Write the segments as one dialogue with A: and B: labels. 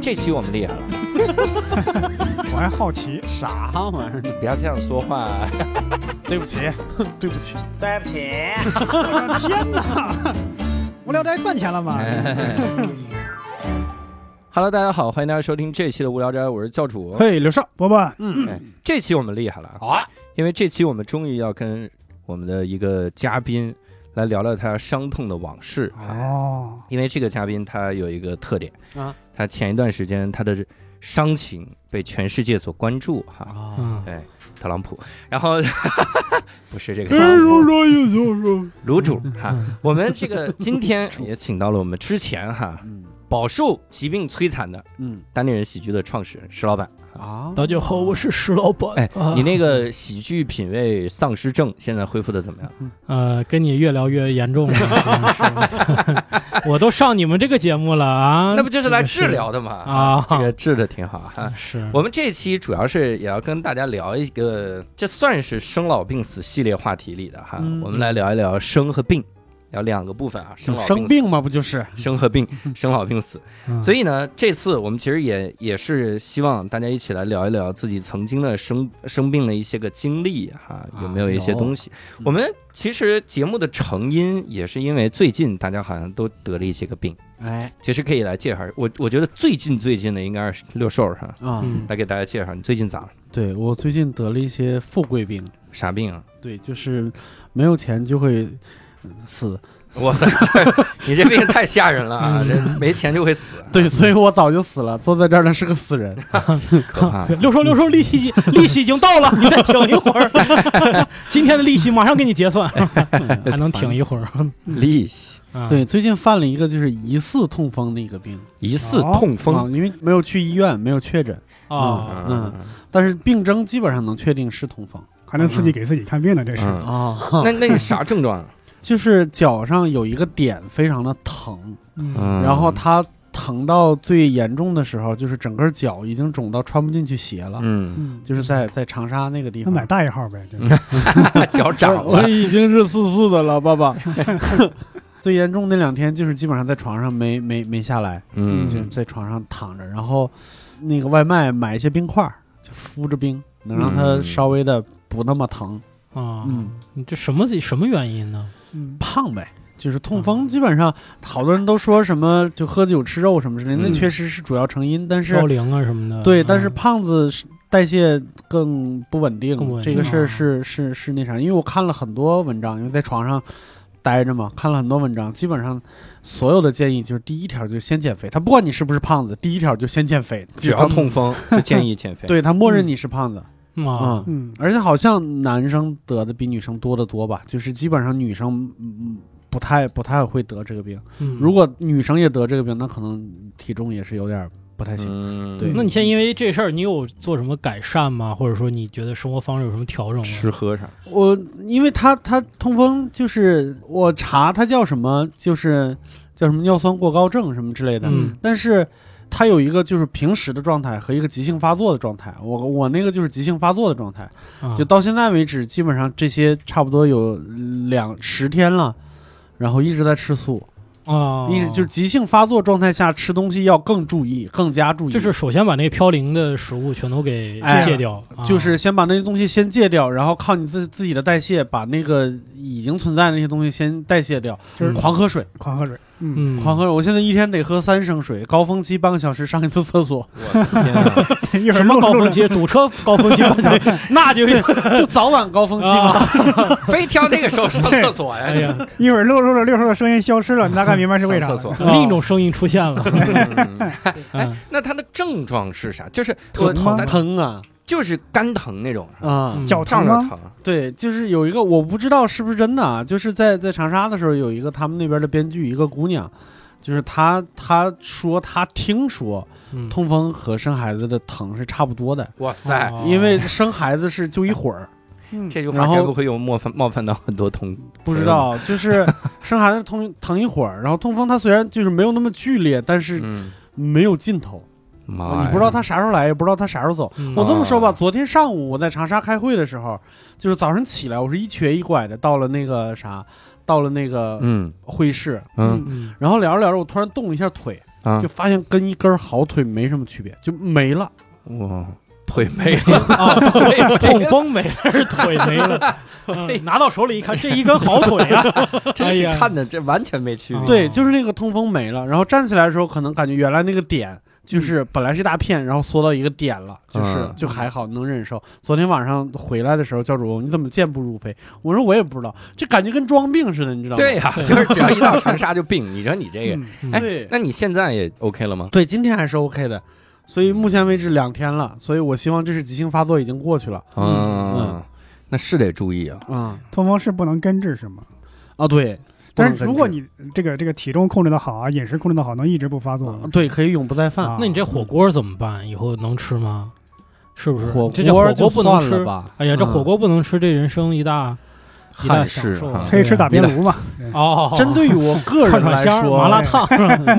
A: 这期我们厉害了，
B: 我还好奇，
C: 啥玩意儿？
A: 不要这样说话。
C: 对不起，对不起，
D: 对不起，
B: 我的天哪！无聊斋赚钱了吗？
A: Hello，大家好，欢迎大家收听这期的无聊斋，我是教主。
C: 嘿，刘少，
B: 伯伯，
E: 嗯
A: 哎这期我们厉害了啊，
C: 好啊，
A: 因为这期我们终于要跟我们的一个嘉宾来聊聊他伤痛的往事。啊
B: 哦，
A: 因为这个嘉宾他有一个特点
C: 啊，
A: 他前一段时间他的伤情被全世界所关注
E: 啊
A: 哈。
C: 啊哦
B: 嗯，
A: 哎，特朗普，然后 不是这个
B: 哎
A: 特朗普，
B: 说有就说，
A: 卤煮哈。我们这个今天也请到了我们之前哈
C: 嗯
A: 饱受疾病摧残的
C: 嗯
A: 单立人喜剧的创始人石老板。
C: 啊，
E: 大家好，我是石老板。
A: 哎
E: 啊，
A: 你那个喜剧品味丧失症现在恢复的怎么样？
E: 呃，跟你越聊越严重 了，真是我都上你们这个节目了啊，
A: 那不就是来治
E: 这
A: 疗的吗？
E: 个是啊
A: 这个治的挺好哈。
E: 是
A: 我们这期主要是也要跟大家聊一个，这算是生老病死系列话题里的哈。
E: 嗯
A: 我们来聊一聊生和病，聊两个部分啊，生老嗯病死
C: 生病嘛，不就是？
A: 生和病，生老病死。
E: 嗯
A: 所以呢，这次我们其实也也是希望大家一起来聊一聊自己曾经的生生病的一些个经历哈、有啊没有一些东西？
C: 有
A: 我们其实节目的成因也是因为最近大家好像都得了一些个病，
C: 哎
A: 其实可以来介绍。我我觉得最近最近的应该是六兽哈，
C: 啊，
E: 嗯
A: 来给大家介绍你最近咋了？
C: 对我最近得了一些富贵病，
A: 啥病啊？
C: 对，
E: 嗯
C: 就是没有钱就会嗯死，
A: 哇塞，这你这病太吓人了 啊！这没钱就会死，
C: 对，所以我早就死了，坐在这儿的是个死人。
A: 可 怕。
E: 六叔六叔利息已经 利息已经到了，你再挺一会儿， 今天的利息马上给你结算， 还能挺一会儿。
A: 利息
E: 啊，
C: 哎 对，最近犯了一个就是疑似痛风的一个病，
A: 疑似痛
C: 啊
A: 风，
C: 因为没有去医院，没有确诊，
E: 啊，
A: 嗯，
C: 但是病征基本上能确定是痛风
B: 还能自己给自己看病呢，这是。
A: 嗯
C: 啊，
E: 哦
A: 那那你啥症状啊？
C: 就是脚上有一个点非常的疼，
B: 嗯，
A: 嗯
C: 然后它疼到最严重的时候，就是整个脚已经肿到穿不进去鞋了，
A: 嗯，
B: 嗯
C: 就是在在长沙那个地
B: 那
C: 方。
B: 买大一号呗，就是
A: 脚长
C: 哎我
A: 了，
C: 已经是四四的了，爸爸。 最严重那两天就是基本上在床上没没没下来，
A: 嗯
C: 就在床上躺着，然后那个外卖买一些冰块儿，就敷着冰，能让它
A: 嗯
C: 稍微的不那么疼。
E: 啊，
C: 嗯，
E: 你这什么什么原因呢？
B: 嗯
C: 胖呗，就是痛风，基本上好多人都说什么就喝酒吃肉什么之类的，那
A: 嗯
C: 确实是主要成因，但
E: 嘌
C: 是
E: 呤啊什么的。
C: 对，
E: 嗯
C: 但是胖子是代谢更不稳定
E: 更不，稳
C: 这
E: 定
C: 个事儿
E: 啊
C: 是是是那啥，因为我看了很多文章，因为在床上待着嘛，看了很多文章，基本上所有的建议就是第一条就先减肥，他不管你是不是胖子，第一条就先减肥，
A: 只要
C: 就他
A: 痛风就建议减肥。，
C: 对他默认你是胖子
E: 嗯啊，
C: 啊。嗯
B: 嗯，
C: 而且好像男生得的比女生多得多吧，就是基本上女生嗯不太不太会得这个病。
E: 嗯
C: 如果女生也得这个病，那可能体重也是有点不太行。
A: 嗯，
C: 对
E: 那你现在因为这事儿，你有做什么改善吗？或者说你觉得生活方式有什么调整吗？
A: 吃喝啥？
C: 我因为他他痛风就是我查他叫什么，就是叫什么尿酸过高症什么之类的，
E: 嗯
C: 但是。他有一个就是平时的状态和一个急性发作的状态，我我那个就是急性发作的状态，
E: 啊
C: 就到现在为止，基本上这些差不多有两十天了，然后一直在吃素，
E: 啊，
C: 一直就是急性发作状态下吃东西要更注意，更加注意，
E: 就是首先把那个嘌呤的食物全都给
C: 嗯哎
E: 戒掉，啊
C: 就是先把那些东西先戒掉，然后靠你自自己的代谢把那个已经存在的那些东西先代谢掉，
B: 就是
E: 嗯
C: 狂喝水，
B: 狂喝水，嗯，
E: 嗯，
C: 狂喝水。我现在一天得喝三升水，高峰期半个小时上一次厕所，
A: 我的天啊！
B: 一会儿
E: 什么
B: 录
E: 高
B: 录
E: 峰
B: 着
E: 期堵车 高峰期，那就是
C: 就早晚高峰期 嘛。
A: 非挑那个时候上厕所
E: 哎
A: 呀？
E: 呀，
B: 一会儿录着录着六叔的声音消失了，你大概明白是为啥
A: 上
B: 了嗯
A: 厕。 所。
E: 另一种声音出现了，
A: 嗯
C: 哎
E: 嗯
A: 那他的症状是啥？就是我
C: 疼吗
A: 他
C: 疼啊
A: 就是肝疼那种，
C: 啊！
E: 嗯
B: 脚
A: 胀
B: 疼
A: 着
B: 吗？
A: 疼。
C: 对，就是有一个我不知道是不是真的啊，就是在在长沙的时候有一个他们那边的编剧，一个姑娘，就是她她说她听说
E: 嗯
C: 痛风和生孩子的疼是差不多的，
A: 哇塞！
E: 哦
C: 啊因为生孩子是就一会儿。
B: 嗯，
A: 这句话
C: 然后
A: 该不会有冒犯冒犯到很多同
C: 不知道，就是生孩子疼疼一会儿，然后痛风它虽然就是没有那么剧烈，但是
A: 嗯，
C: 没有尽头，
A: 妈啊哎呀，
C: 你不知道他啥时候来，也不知道他啥时候走。
E: 嗯
C: 我这么说吧，
A: 啊
C: 昨天上午我在长沙开会的时候，就是早上起来，我是一瘸一拐的到了那个啥，到了那个
A: 嗯
C: 会议室，
A: 嗯
E: 嗯
C: 然后聊着聊着，我突然动了一下腿，
A: 啊
C: 就，发现跟一根好腿没什么区别，就没了。
A: 啊哇，腿没了，
E: 啊，
A: 腿
C: 哎
E: 痛
A: 没了，
E: 风没了，是腿没 了。嗯拿到手里一看，这一根好腿啊！
A: 真是
E: 哎呀
A: 看的这完全没区
E: 哦
A: 别。
C: 对，就是那个痛风没了，然后站起来的时候，可能感觉原来那个点就是本来是一大片，然后缩到一个点了，就是
A: 嗯
C: 就还好能忍受。昨天晚上回来的时候，教主你怎么健步如飞？我说我也不知道，这感觉跟装病似的，你知道吗？
A: 对呀、啊就是只要一到长沙就病。你说你这个，
E: 嗯
A: 哎
C: 对
A: 那你现在也 OK 了吗？
C: 对，今天还是 OK 的，所以目前为
E: 嗯
C: 止两天了，所以我希望这是急性发作已经过去了。
A: 嗯，
C: 嗯
A: 那是得注意啊。
E: 嗯
C: 啊、
B: 痛风是不能根治是吗？
C: 啊，对，
B: 但是如果
C: 不能
B: 你这个这个体重控制的好啊，饮食控制的好，能一直不发作
C: 根治。啊对可以永不再犯，
B: 啊
E: 那你这火锅怎么办？以后能吃吗？是不是？
C: 火
E: 这这火
C: 就
E: 锅不能
C: 算了
E: 吃。
C: 吧？
E: 哎呀，这
C: 嗯
E: 火锅不能吃，这人生一大一大
A: 憾
E: 享
A: 事
E: 受
A: 啊
E: 啊。
B: 可以吃打边
A: 对
B: 炉嘛？
E: 哦，
C: 针对于 我个人
E: 串串
C: 来
E: 香、
C: 说，哎
E: 麻辣 烫、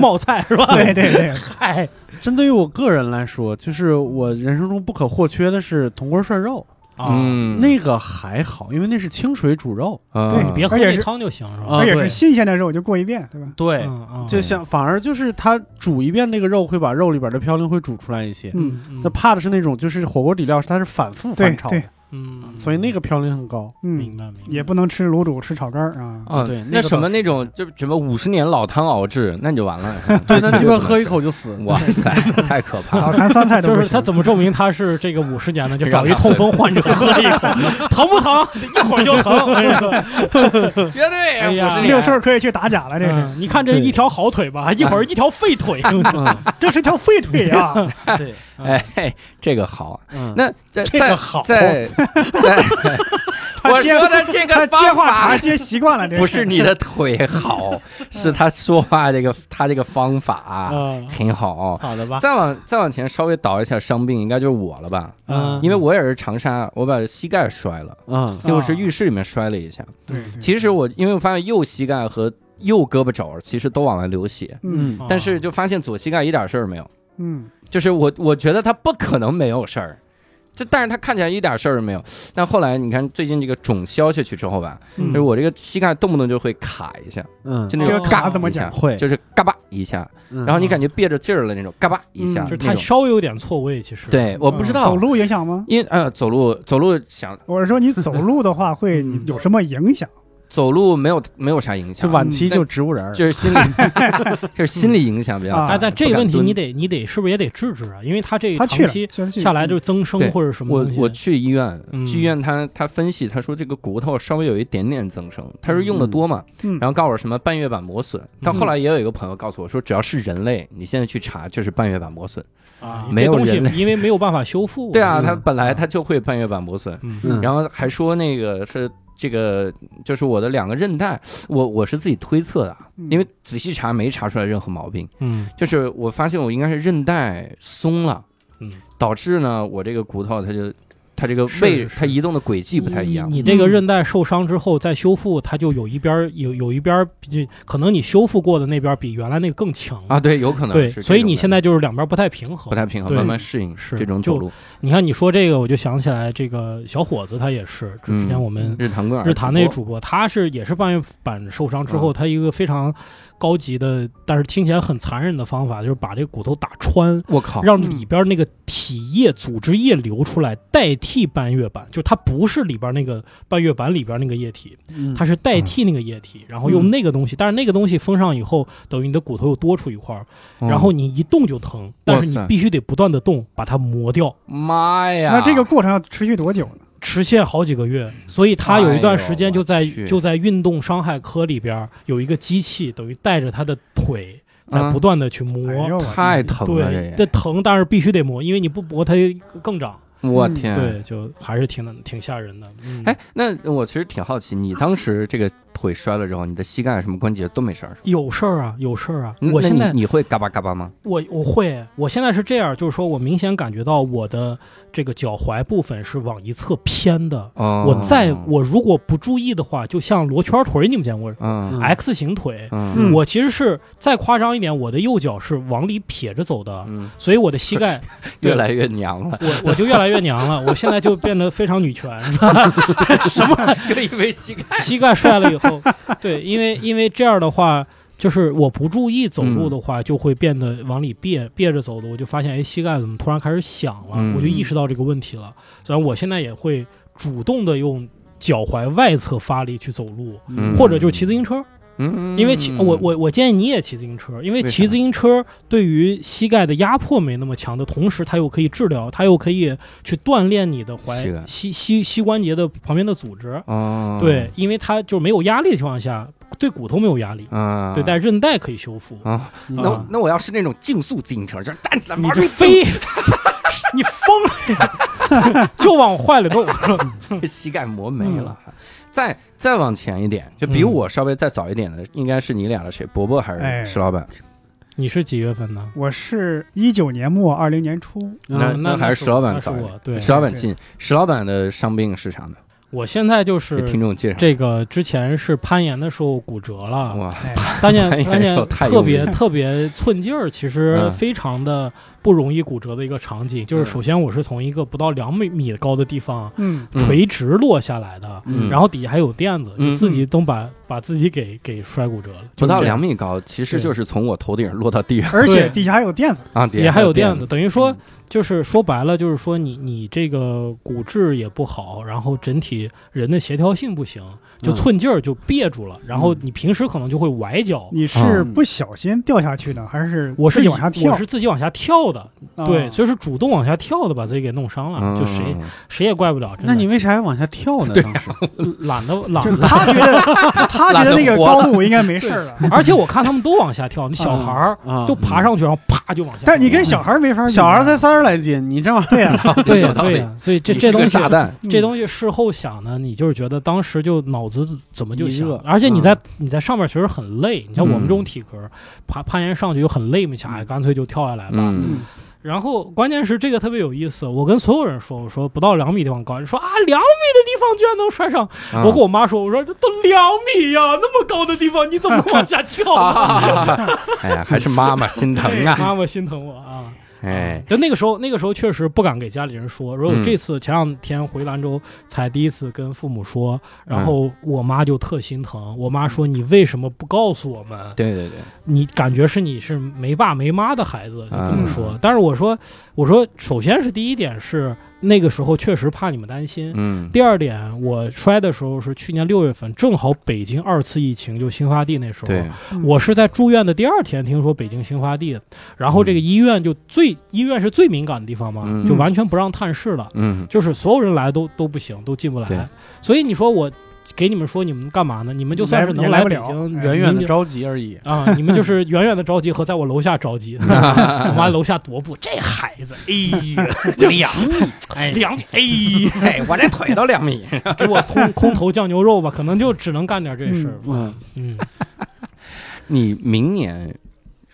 E: 冒菜是吧？
B: 对对对，
E: 嗨，
C: 针对于我个人来说，就是我人生中不可或缺的是铜锅涮肉，
E: 啊，
A: 嗯，
C: 那个还好，因为那是清水煮肉。
A: 啊
B: 对
E: 你别喝
B: 而且
E: 那
B: 是
E: 汤就行是吧？
C: 啊
B: 而且
C: 对
B: 是新鲜的肉就过一遍，对吧？
C: 对，
E: 嗯，嗯
C: 就像反而就是它煮一遍那个肉，会把肉里边的嘌呤会煮出来一些。
B: 嗯，
E: 嗯
C: 那怕的是那种就是火锅底料，它是反复
B: 对
C: 翻炒
B: 对
C: 的，
E: 嗯，
C: 所以那个嘌呤很高。
E: 明
B: 嗯，
E: 白明白
B: 也不能吃卤煮，吃炒肝儿啊。
A: 啊，
C: 对那
A: 那
C: 个
A: 什么
C: 倒是
A: 那种就什么五十年老汤熬制，那你就完了。
C: 对，那
A: 这
C: 基
A: 就
C: 本
A: 不能
C: 喝一
A: 吃，
C: 口就死。
A: 哇塞，太可怕了。
B: 老坛啊酸菜都
E: 就
B: 不
E: 是他
B: 行，
E: 怎么证明他是这个五十年的？就
A: 让
E: 找一
A: 他
E: 痛风患者喝一口，疼不疼？一会儿就疼。哎呀
A: 绝对
E: 哎呀
A: 50年
B: 六事儿可以去打假了，这是，
E: 嗯你看这一条好腿吧，一会儿一条废腿。嗯
B: 这是条废腿啊！
E: 对，嗯
A: 哎，嘿这个好。
C: 嗯，
A: 那在
C: 这
A: 在
C: 个好
A: 在在，我
B: 接
A: 说的这个
B: 他接
A: 方
B: 话
A: 法
B: 茬接习惯了，这
A: 不是你的腿好，是他说话这个他这个方法
E: 嗯，
A: 很好。
E: 好的吧，
A: 再往再往前稍微倒一下，伤病应该就是我了吧？
E: 嗯，
A: 啊因为我也是长沙，我把膝盖摔了，
C: 嗯
B: 哦
A: 又是浴室里面摔了一下。
B: 啊对，对
A: 其实我因为我发现右膝盖和右胳膊肘儿其实都往外流血，
B: 嗯
E: 哦
A: 但是就发现左膝盖一点事儿没有，
B: 嗯，
A: 就是我我觉得他不可能没有事儿，这但是他看起来一点事儿没有。但后来你看最近这个肿消下去之后吧，
E: 嗯
A: 哎就是我这个膝盖动不动就会卡一下，
C: 嗯
A: 就那
B: 这
A: 种
B: 个
A: 嘎
B: 卡怎么
A: 一下
B: 讲？
C: 会，
A: 就是嘎巴一下，
C: 嗯
A: 然后你感觉憋着劲儿了那种，嘎巴一下
B: 嗯
E: 就是
A: 那
E: 他
A: 种。
E: 稍微有点错位，其实
A: 对，我不知道
B: 走，路影响吗？
A: 因呃走路走路想
B: 我是说你走路的话会
E: 嗯
B: 你有什么影响？
A: 走路没有没有啥影
C: 就
A: 响，
C: 晚期就植物人儿。
A: 就是心理 就是心理影响比较
C: 嗯
B: 啊
A: 大。
E: 哎，但这
A: 不
E: 个
A: 敢
E: 问题
A: 蹲
E: 你得你得是不是也得制止啊？因为他这
B: 他
E: 长
B: 去了嗯
E: 期
B: 休息
E: 下来就是增生
A: 对
E: 或者什么
A: 我
E: 东西。
A: 我去医院，
E: 嗯
A: 去医院他他分析，他说这个骨头稍微有一点点增生，他说用的多嘛，
B: 嗯
A: 然后告诉我什么半月板磨损，但后来也有一个朋友告诉我说，只要是人类，你现在去查就是半月板磨损。
B: 啊
A: 没
E: 这
A: 有
E: 东西
A: 人类，
E: 因为没有办法修复。
A: 对啊，
C: 嗯
A: 他本来他就会半月板磨损，
E: 嗯，
C: 嗯
A: 然后还说那个是这个就是我的两个韧带，我我是自己推测的啊，
B: 嗯
A: 因为仔细查没查出来任何毛病，
E: 嗯
A: 就是我发现我应该是韧带松了，
E: 嗯，
A: 导致呢我这个骨头它就它这个
E: 是
A: 位
E: 是是
A: 它移动的轨迹不太一样
E: 你。你这个韧带受伤之后再修复，它就有一边儿有有一边儿比，就可能你修复过的那边儿比原来那个更强
A: 啊，。对，有可能
E: 对，
A: 是这种
E: 所以你
A: 的
E: 现在就是两边儿不太平衡
A: 不。太平衡，
E: 对
A: 慢慢适应
E: 是
A: 这种走路。
E: 你看你说这个，我就想起来这个小伙子他也是，之
A: 嗯嗯
E: 前我们
A: 日坛公园
E: 日坛那
A: 主
E: 主播，他是也是半月板受伤之后，他一个非常高级的，但是听起来很残忍的方法，就是把这个骨头打穿，
A: 播，我靠，
E: 让里
B: 嗯
E: 边那个体液、组织液流出来，代替半月板，就它不是里边那个半月板里边那个液体，
C: 嗯
E: 它是代替那个液体，然后
B: 嗯
E: 用那个东西，但是那个东西封上以后，等于你的骨头又多出一块儿，
A: 嗯
E: 然后你一动就疼，但是你
A: 哇塞
E: 必须得不断的动，把它磨掉。
A: 嗯妈哎呀，嗯
B: 那这个过程要持续多久呢？
E: 持线好几个月，所以他有一段时间就在、
A: 哎呦我去
E: 就在运动伤害科里边儿有一个机器，等于带着他的腿在
A: 啊
E: 不断的去磨。
B: 哎呦我
A: 太疼了，
E: 对，
A: 这
E: 这
A: 也，
E: 疼，但是必须得磨，因为你不磨它更长。
A: 我天，
E: 对，就还是挺挺吓人的。嗯、
A: 哎，，那我其实挺好奇，你当时这个腿摔了之后，你的膝盖什么关节都没事儿是吧？
E: 有事儿啊，有事儿啊！
A: 嗯
E: 我
A: 那
E: 现
A: 你
E: 在
A: 你会嘎巴嘎巴吗？
E: 我我会，我现在是这样，就是说我明显感觉到我的这个脚踝部分是往一侧偏的。
A: 哦，
E: 我在我如果不注意的话，就像罗圈腿，你们见过、
A: 嗯
E: X 型腿，
A: 嗯
E: 我其实是再夸张一点，我的右脚是往里撇着走的，
A: 嗯，
E: 所以我的膝盖
A: 越来越娘 了，
E: 我我就越来越娘了，我现在就变得非常女权，什么
A: 就因为膝盖
E: 膝盖摔了以后，对，因为因为这样的话，就是我不注意走路的话，就会变得往里别别着走的，我就发现哎，膝盖怎么突然开始响了，
A: 嗯
E: 我就意识到这个问题了。然后我现在也会主动的用脚踝外侧发力去走路，
A: 嗯
E: 或者就是骑自行车，
A: 嗯，
E: 因为骑我我我建议你也骑自行车，因为
A: 为
E: 骑
A: 啥
E: 自行车对于膝盖的压迫没那么强的同时，它又可以治疗，它又可以去锻炼你的
A: 膝盖
E: 踝膝膝膝关节的旁边的组织。
A: 哦，
E: 对，因为它就是没有压力的情况下，对骨头没有压力，
A: 啊，
E: 对，但韧带可以修复。
A: 啊，
C: 嗯
A: 那
E: 那
A: 我那我要是那种竞速自行车，就是站起来
E: 你
A: 玩
E: 这
A: 命
E: 非， 你疯了呀，就往坏了弄。
A: 膝盖磨没
E: 嗯
A: 了。再再往前一点，就比我稍微再早一点的，应该是你俩的谁？伯伯还
B: 哎
A: 是石老板？
E: 你是几月份呢？
B: 我是一九年末二零年初，
A: 那
E: 嗯那
A: 还是
E: 我
A: 石老板
E: 那是
A: 早一点
E: 我。对，
A: 石老板
B: 对
A: 近，石老板的伤病是啥呢？
E: 我现在就
A: 给听
E: 是
A: 众介绍。
E: 这个之前是攀岩的时候骨折了，
A: 哇，
B: 哎，
E: 关键
A: 攀岩
E: 关键
A: 手太
E: 特
A: 用力
E: 别
A: 了
E: 特别寸劲儿，其实
A: 嗯
E: 非常的不容易骨折的一个场景。就是
A: 嗯
E: 首先我是从一个不到两米米高的地方
B: 嗯，
A: 嗯
E: 垂直落下来的，
A: 嗯
E: 然后底下还有垫子，
A: 嗯
E: 就自己都把把自己给给摔骨折了，
A: 不
E: 就
A: 到
E: 是这样
A: 两，米高，其实就是从我头顶落到地上
B: 而且
E: 对
B: 底下还有垫子，
A: 啊，
E: 底下还有垫
A: 子
E: 子，等于说
A: 嗯
E: 就是说白了，就是说你你这个骨质也不好，然后整体人的协调性不行，就
C: 嗯
E: 寸劲儿就憋住了，然后
C: 嗯
E: 你平时可能就会崴脚。
B: 你是不小心掉下去的，还是
E: 我是
B: 自己往下跳
E: 我？是自己往下跳的，
B: 啊
E: 对，所以是主动往下跳的，把自己给弄伤
A: 啊
E: 啊了，就谁
A: 嗯
E: 谁也怪不了。真
C: 那
E: 的
C: 你为啥要往下跳呢？
A: 对
C: 当时
E: 懒得懒
B: 就是
E: 得，
B: 他觉 得他觉得那个高度应该没事儿了，
E: 而且我看他们都往下跳，那小孩儿
C: 啊，
E: 都爬上去，然后啪就往下跳。
B: 但是你跟小孩儿没法比啊，
C: 小孩才三十来斤，你这玩意
B: 对 呀，
E: 对 呀
A: 有道理
E: 对呀，所以这
A: 你
E: 这
A: 是个
E: 东西啊
A: 炸弹，
E: 这东西事后想呢，你就是觉得当时就脑子怎么就
C: 一
E: 想
C: 热，
E: 而且你
C: 嗯
E: 在你在上面其实很累，你像我们
A: 嗯
E: 这种体格，爬攀岩上去就很累嘛，想哎干脆就跳下来吧。
A: 嗯，
E: 然后关键是这个特别有意思，我跟所有人说，我说不到两米地方高，人说啊两米的地方居然能摔上，
A: 啊
E: 我跟我妈说，我说这都两米呀、那么高的地方你怎么能往下跳呢？
A: 啊，哎呀，还是妈妈心 疼啊，
E: 妈妈心疼我啊！
A: 哎，
E: 就那个时候，那个时候确实不敢给家里人说。说我
A: 嗯
E: 这次前两天回兰州才第一次跟父母说，
A: 嗯
E: 然后我妈就特心疼。我妈说：“你为什么不告诉我们？
A: 对对对，
E: 你感觉是你是没爸没妈的孩子，就这么
A: 嗯
E: 说。”但是我说：“我说，首先是第一点是那个时候确实怕你们担心，
A: 嗯，
E: 第二点，我摔的时候是去年六月份，正好北京二次疫情就新发地那时候。
A: 对，
B: 嗯
E: 我是在住院的第二天听说北京新发地，然后这个医院就最、医院是最敏感的地方嘛，
A: 嗯
E: 就完全不让探视了，
A: 嗯，
E: 就是所有人来都都不行，都进不
A: 对
E: 来。所以你说我给你们说你们干嘛呢？你们就算是能
B: 来也来不
E: 北
B: 了
E: 京，
B: 哎
C: 远远
E: 你
C: 的
E: 们
C: 着急而已。
E: 啊，你们就是远远的着急和在我楼下着 急，我妈楼下踱步，这孩子，哎呀，就 两米，哎，两米， 哎。
A: 哎，我这腿都两米，
E: 给我空空投酱牛肉吧，可能就只能干点这事儿。
C: 嗯，
E: 嗯，
A: 你明年。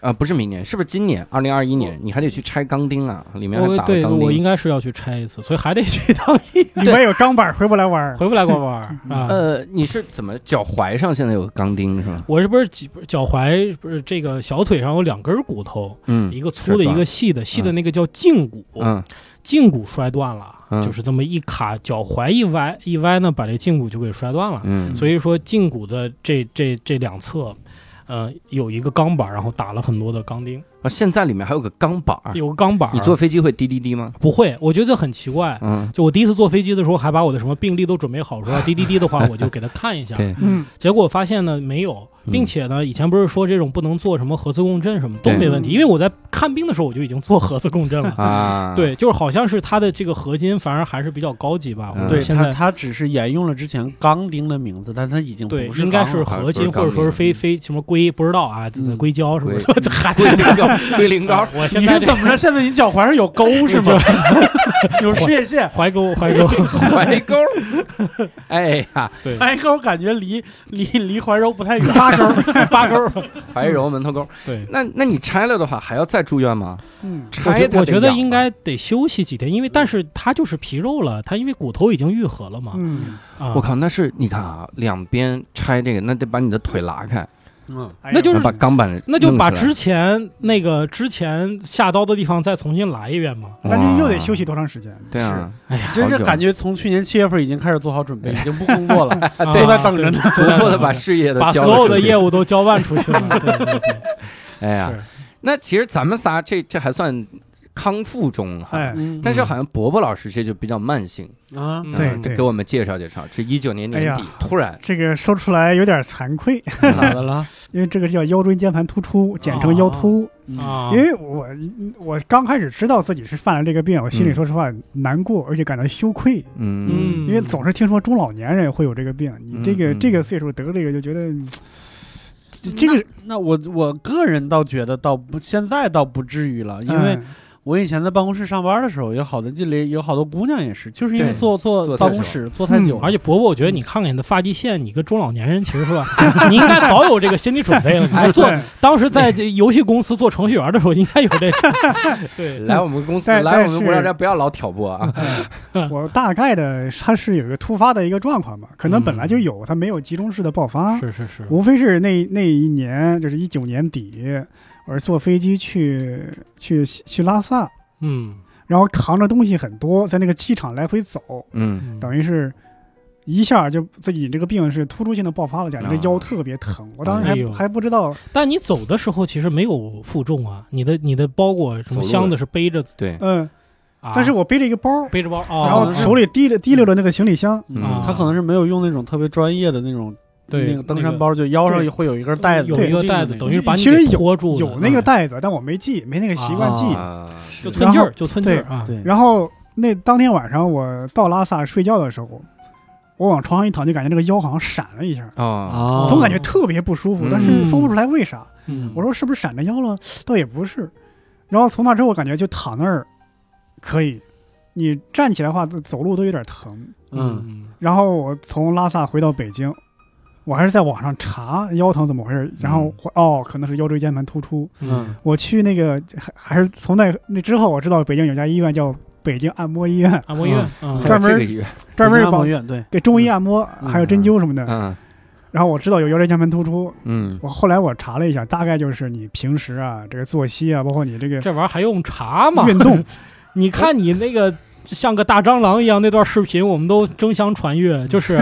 A: 啊，不是明年，是不是今年？二零二一年，你还得去拆钢钉啊，里面还
E: 我
A: 打了
E: 对
A: 钢
E: 我应
A: 钉。
E: 该是要去拆一次，所以还得去当一，
B: 里面有钢板回不来弯儿，
E: 回不来过弯儿啊。
A: 呃，你是怎么脚踝上现在有钢钉是吧？
E: 我这不是脊脚踝不是这个小腿上有两根骨头，
A: 嗯
E: 一个粗的，
A: 是断
E: 一个细的，细的那个叫胫骨，
A: 嗯
E: 胫骨摔断了，
A: 嗯
E: 就是这么一卡，脚踝一歪一歪呢，把这胫骨就给摔断了。
A: 嗯，
E: 所以说胫骨的这这这两侧，呃，有一个钢板，然后打了很多的钢钉，
A: 啊，现在里面还有个钢板儿。
E: 有个钢板。
A: 啊你坐飞机会滴滴滴吗？
E: 不会？我觉得很奇怪，
A: 嗯，
E: 就我第一次坐飞机的时候，还把我的什么病历都准备好，说要滴滴滴的话，我就给他看一下。
A: 对，
B: 嗯，
E: 结果发现呢，没有，
A: 嗯
E: 并且呢，以前不是说这种不能做什么核磁共振什么都
A: 对
E: 没问题，因为我在看病的时候我就已经做核磁共振了。
A: 啊，
E: 对，就是好像是它的这个合金，反而还是比较高级吧。
A: 嗯
E: 我
C: 对
E: 现
C: 他，
E: 在
C: 他只是沿用了之前钢钉的名字，但他已经
E: 对
C: 不是
E: 应该
C: 钢
E: 是
C: 了
E: 合金，
A: 不是
E: 或者说是
A: 钢
E: 非非什么硅，不知道啊，
C: 嗯
E: 硅胶什么
A: 硅
E: 的，这还
A: 龟苓膏，龟苓膏，
E: 我 现
C: 你
E: 在
C: 是
E: 这
C: 怎么着？现在你脚踝上有沟是吗？ 有事业线，
E: 怀沟怀沟，
A: 怀沟。哎呀，
E: 对，
C: 哎，可我感觉离离离怀柔不太远。
E: 八沟八沟，
A: 怀柔门头沟。
E: 对。
A: 那那你拆了的话，还要再住院吗？
B: 嗯，
E: 我
A: 拆
E: 觉
A: 它
E: 我觉
A: 得
E: 得
A: 养啊嗯
E: 应
A: 吗
E: 该得休息几天，因为但是它就是皮肉了，它因为骨头已经愈合了嘛。
B: 嗯，
E: 啊，
A: 我靠，那是你看啊，两边拆这个，那得把你的腿拉开，
C: 嗯，
B: 哎呦
E: 那就是
A: 把钢板
E: 那就把
A: 弄起来
E: 之前那个之前下刀的地方再重新来一遍嘛。
B: 但是又得
A: 哇
B: 休息多长时间？
A: 对啊，
E: 哎 呀，
C: 真是
A: 好久
C: 感觉从去年七月份已经开始做好准备，已经不工作了，
B: 哎
E: 啊
C: 都在等着呢。
A: 逐步的把事业的
E: 把
A: 交
E: 所有的
A: 出去
E: 业务都交办出去了。 对对对，
A: 哎呀，
E: 是
A: 那其实咱们仨这这还算康复中哈，
B: 哎，
C: 嗯
A: 但是好像伯伯老师这就比较慢性，
C: 啊，
E: 嗯
A: 啊
B: 对
A: 给我们介绍介绍，这一九年年底
B: 哎呀
A: 突然
B: 这个说出来有点惭愧，
E: 嗯
C: 咋 的了？
B: 因为这个叫腰椎间盘突出，简称腰突。
C: 嗯
E: 啊，
B: 因为我我刚开始知道自己是犯了这个病，我心里说实话难过，而且感到羞愧，
A: 嗯
E: 嗯
B: 因为总是听说中老年人会有这个病，你这个
A: 嗯嗯
B: 这个岁数得这个就觉得嗯这个
C: 那我我个人倒觉得倒不，现在倒不至于了，因为
B: 嗯
C: 我以前在办公室上班的时候，有好多这里有好多姑娘也是，就是因为
A: 对
C: 坐坐
A: 坐
C: 办
A: 太
C: 公
A: 久
C: 室坐太
B: 嗯
C: 久了，
E: 嗯而且伯伯，我觉得你看看你的发际线，你跟中老年人其实 是吧，你应该早有这个心理准备了。你
B: 哎
E: 在 做
B: 对
E: 当时在这游戏公司做程序员的时候，应该有这个。 对，
A: 来我们公司，
B: 但
A: 来我
B: 但
A: 们
B: 是
A: 无聊斋，不要老挑拨啊！
B: 哎我大概的它是有一个突发的一个状况嘛，可能
E: 嗯
B: 本来就有，它没有集中式的爆发，
E: 是是是，
B: 无非是那那一年就是一九年底，我是坐飞机去去去拉萨，
E: 嗯，
B: 然后扛着东西很多，在那个机场来回走，
A: 嗯，
B: 等于是。一下就自己这个病是突出性的爆发了，讲这个
A: 啊
B: 腰特别疼，我当时还、
E: 哎呦
B: 还不知道，
E: 但你走的时候其实没有负重啊，你的你的包裹什
A: 走
E: 么
A: 路
E: 箱子是背着，
A: 对，
B: 嗯，
E: 啊、
B: 但是我背着一个包，
E: 背着包，哦、
B: 然后手里提着提溜着那个行李箱，
A: 嗯
E: 啊
C: 他可能是没有用那种特别专业的那种
E: 对
C: 那个登山包，就腰上会有一根带子，
E: 有一个袋子，
C: 对
E: 等于是把你
B: 其实
E: 给
B: 有
E: 拖住的
B: 有那个袋子，但我没记，没那个习惯记，
E: 嗯啊
A: 啊，就
E: 就寸劲
B: 然
E: 儿，
B: 后
E: 就寸劲儿啊，
C: 对，
B: 然后那当天晚上我到拉萨睡觉的时候，我往床上一躺，就感觉那个腰好像闪了一下，
A: 啊，
C: 啊
B: 总感觉特别不舒服，
A: 嗯
B: 但是说不出来为啥。
E: 哦嗯
B: 我说是不是闪着腰了？倒也不是。然后从那之后，我感觉就躺那儿可以，你站起来的话走路都有点疼。
C: 嗯，
B: 然后我从拉萨回到北京。我还是在网上查腰疼怎么回事，然后我哦，可能是腰椎间盘突出。
E: 啊
C: 嗯
B: 我去那个还还是从那那之后，我知道北京有家医院叫北京按摩医院，
E: 按摩院，嗯
A: 还有
B: 专门
A: 这个医院，
B: 专门
C: 北京按
B: 帮
C: 摩院对，
B: 给中医按摩，
C: 嗯
B: 还有针灸什么的。
A: 嗯
B: 然后我知道有腰椎间盘突出，
A: 嗯，
B: 我后来我查了一下，大概就是你平时啊，这个作息啊，包括你这个
E: 这玩意儿还用查吗？
B: 运 动，
E: 你看你那个像个大蟑螂一样那段视频，我们都争相传阅。就是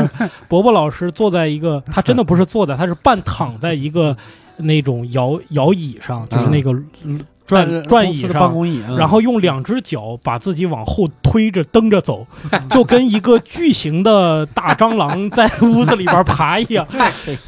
E: 伯伯老师坐在一个，他真的不是坐在，他是半躺在一个那种摇摇椅上，就是那个，
C: 转
E: 转
C: 公司的
E: 椅上
C: 办公椅，嗯
E: 然后用两只脚把自己往后推着蹬 着走，就跟一个巨型的大蟑螂在屋子里边爬一 样。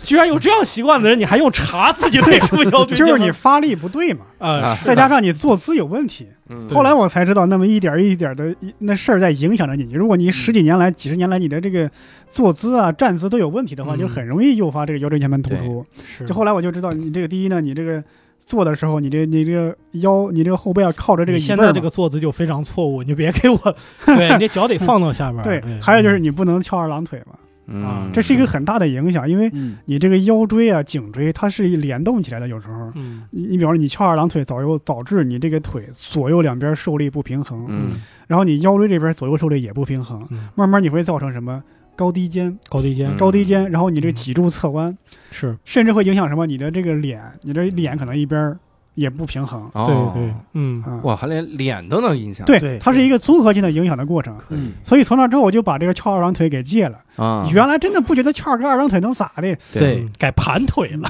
E: 居然有这样习惯的人，你还用查自己为什么腰椎间盘？
B: 就是你啊发力不对嘛，
A: 啊
E: 呃，是的
B: 再加上你坐姿有问题。
A: 嗯
B: 后来我才知道，那么一点一点的那事儿在影响着你。如果
E: 嗯
B: 你十几年来、几十年来你的这个坐姿啊、站姿都有问题的话，
E: 嗯
B: 就很容易诱发这个腰椎间盘突出。
E: 是
B: 就后来我就知道，你这个第一呢，你这个坐的时候，你这你这个腰，你这个后背要靠着这个
E: 你
B: 椅背
E: 现
B: 儿
E: 在
B: 嘛
E: 这个坐姿就非常错误，你就别 给我，对你这脚得放到下边儿。
B: 对，还有就是
E: 嗯
B: 你不能翘二郎腿嘛，
E: 啊
A: 嗯，
B: 这是一个很大的影响，因为
C: 嗯
B: 你这个腰椎啊、颈椎它是联动起来的，有时候。
E: 嗯，
B: 你你比方说你翘二郎腿，导右导致你这个腿左右两边受力不平衡，
A: 嗯
B: 然后你腰椎这边左右受力也不平衡，
E: 嗯
B: 慢慢你会造成什么高低肩、
E: 高低肩
A: 嗯
B: 高低肩，然后你这个脊柱侧弯，
E: 是
B: 甚至会影响什么你的这个脸，你的脸可能一边儿也不平衡
A: 哦
E: 对对，嗯，
B: 啊。
A: 哇，还连脸都能影响，
C: 对
B: 对，它是一个综合性的影响的过程，
C: 嗯
B: 所以从那之后我就把这个翘二郎腿给戒了。
A: 啊，
B: 原来真的不觉得翘个二郎腿能咋的，
C: 对，
E: 嗯改盘腿了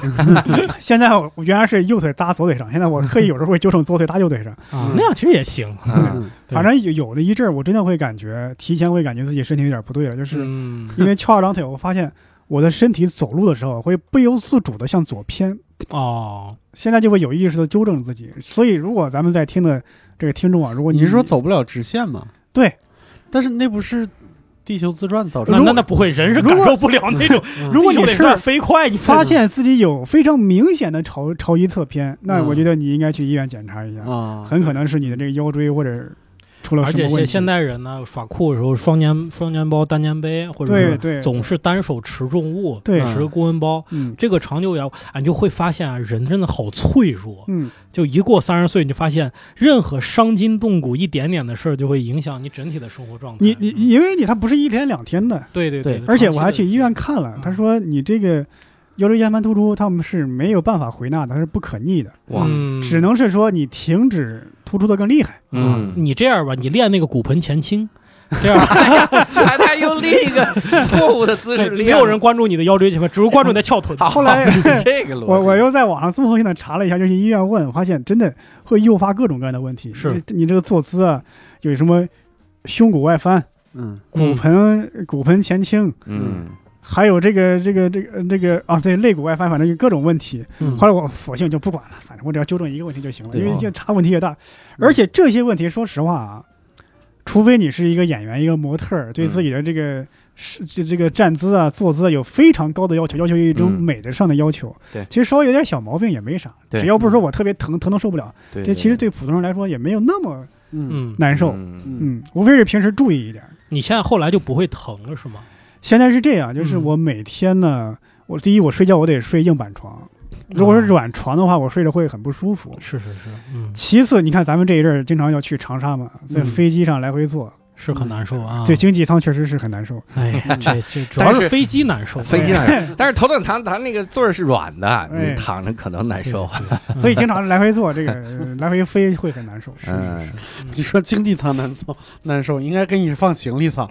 B: 现在我原来是右腿搭左腿上，现在我特意有时候会纠正左腿搭右腿上。
E: 啊
C: 嗯
E: 那样其实也行，
A: 嗯
E: 对
B: 反正有有的一阵儿，我真的会感觉提前会感觉自己身体有点不对了，就是
E: 嗯
B: 因为翘二郎腿，我发现我的身体走路的时候会不由自主的向左偏，
E: 哦，
B: 现在就会有意识的纠正自己。所以如果咱们在听的这个听众啊，如果
C: 你
B: 你
C: 是说走不了直线吗？
B: 对，
C: 但是那不是地球自转造成
E: 那
C: 的？
E: 那那不会，人是
B: 如
E: 感
B: 果
E: 受不了那种，
C: 嗯
B: 如果
E: 自己
B: 你
E: 得
B: 是
E: 算飞快，你才
B: 发现自己有非常明显的朝朝一侧偏，那
C: 嗯
B: 我觉得你应该去医院检查一下，
C: 啊，
B: 很可能是你的这个腰椎或者出了
E: 而
B: 什么
E: 且
B: 问题。
E: 现现代人呢，耍酷的时候，双肩双肩包、单肩背，或者
B: 对
E: 是
B: 对
E: 总是单手持重物，
B: 对
E: 持公文包。
B: 嗯
E: 这个长久以来，啊，你就会发现啊，人真的好脆弱。
B: 嗯，
E: 就一过三十岁，你就发现任何伤筋动骨一点点的事儿，就会影响你整体的生活状态。
B: 你你因为你它不是一天两天的，
E: 对对
C: 对
E: 对
B: 而且
E: 长期
B: 我还
E: 的
B: 去医院看了
E: 嗯，
B: 他说你这个腰椎间盘突出他们是没有办法回纳的，它是不可逆的，
A: 哇，
E: 嗯
B: 只能是说你停止突出的更厉害。
A: 嗯，
E: 你这样吧，你练那个骨盆前倾，这样
B: 嗯
A: 他他用另一 个错误的姿势
E: 对没
A: 练，
E: 有人关注你的腰椎前面，只是关注你的翘臀。
A: 好
B: 后 来
A: 这个逻辑，
B: 我我又在网上综合性的查了一下，就去医院问，发现真的会诱发各种各样的问题。
E: 是
B: 你你这个坐姿啊，有什么胸骨外翻、
C: 嗯
B: 骨盆、骨盆前倾，
A: 嗯
B: 还有这个这个这个这个啊，对，肋骨外翻，反正有各种问题。
E: 嗯
B: 后来我索性就不管了，反正我只要纠正一个问题就行了，
A: 对
B: 因为
A: 哦
B: 就查问题越大，而且这些问题，说实话啊，除非你是一个演员、一个模特儿，
A: 嗯
B: 对自己的这个是这这个站姿啊、坐姿啊有非常高的要求，要求有一种
A: 嗯
B: 美的上的要求。
A: 对
B: 其实稍微有点小毛病也没啥，
A: 对嗯
B: 只要不是说我特别疼，疼的受不了，
A: 对，
B: 这其实对普通人来说也没有那么
C: 嗯
E: 嗯，
B: 难受。
A: 嗯
B: 嗯，无非是平时注意一点。
E: 你现在后来就不会疼了是吗？
B: 现在是这样，就是
E: 嗯
B: 我每天呢，我第一我睡觉我得睡硬板床，如
A: 哦
B: 果是
E: 嗯
B: 软床的话，我睡着会很不舒服。
E: 是是是，嗯，
B: 其次，你看咱们这一阵儿经常要去长沙嘛，在
E: 嗯
B: 飞机上来回坐，
E: 是很难受啊。
B: 对，经济舱确实是很 难受。
E: 哎呀，这这主
A: 但
E: 要
A: 是
E: 是飞机难受，
A: 飞机
E: 哎
A: 难受，啊但是头等舱它那个座儿是软的，
B: 哎
A: 你躺着可能难受。
E: 嗯
B: 所以经常来回坐，这个呃 来回飞会很难受。
A: 嗯，
C: 你说经济舱难受难受，应该给你放行 李舱。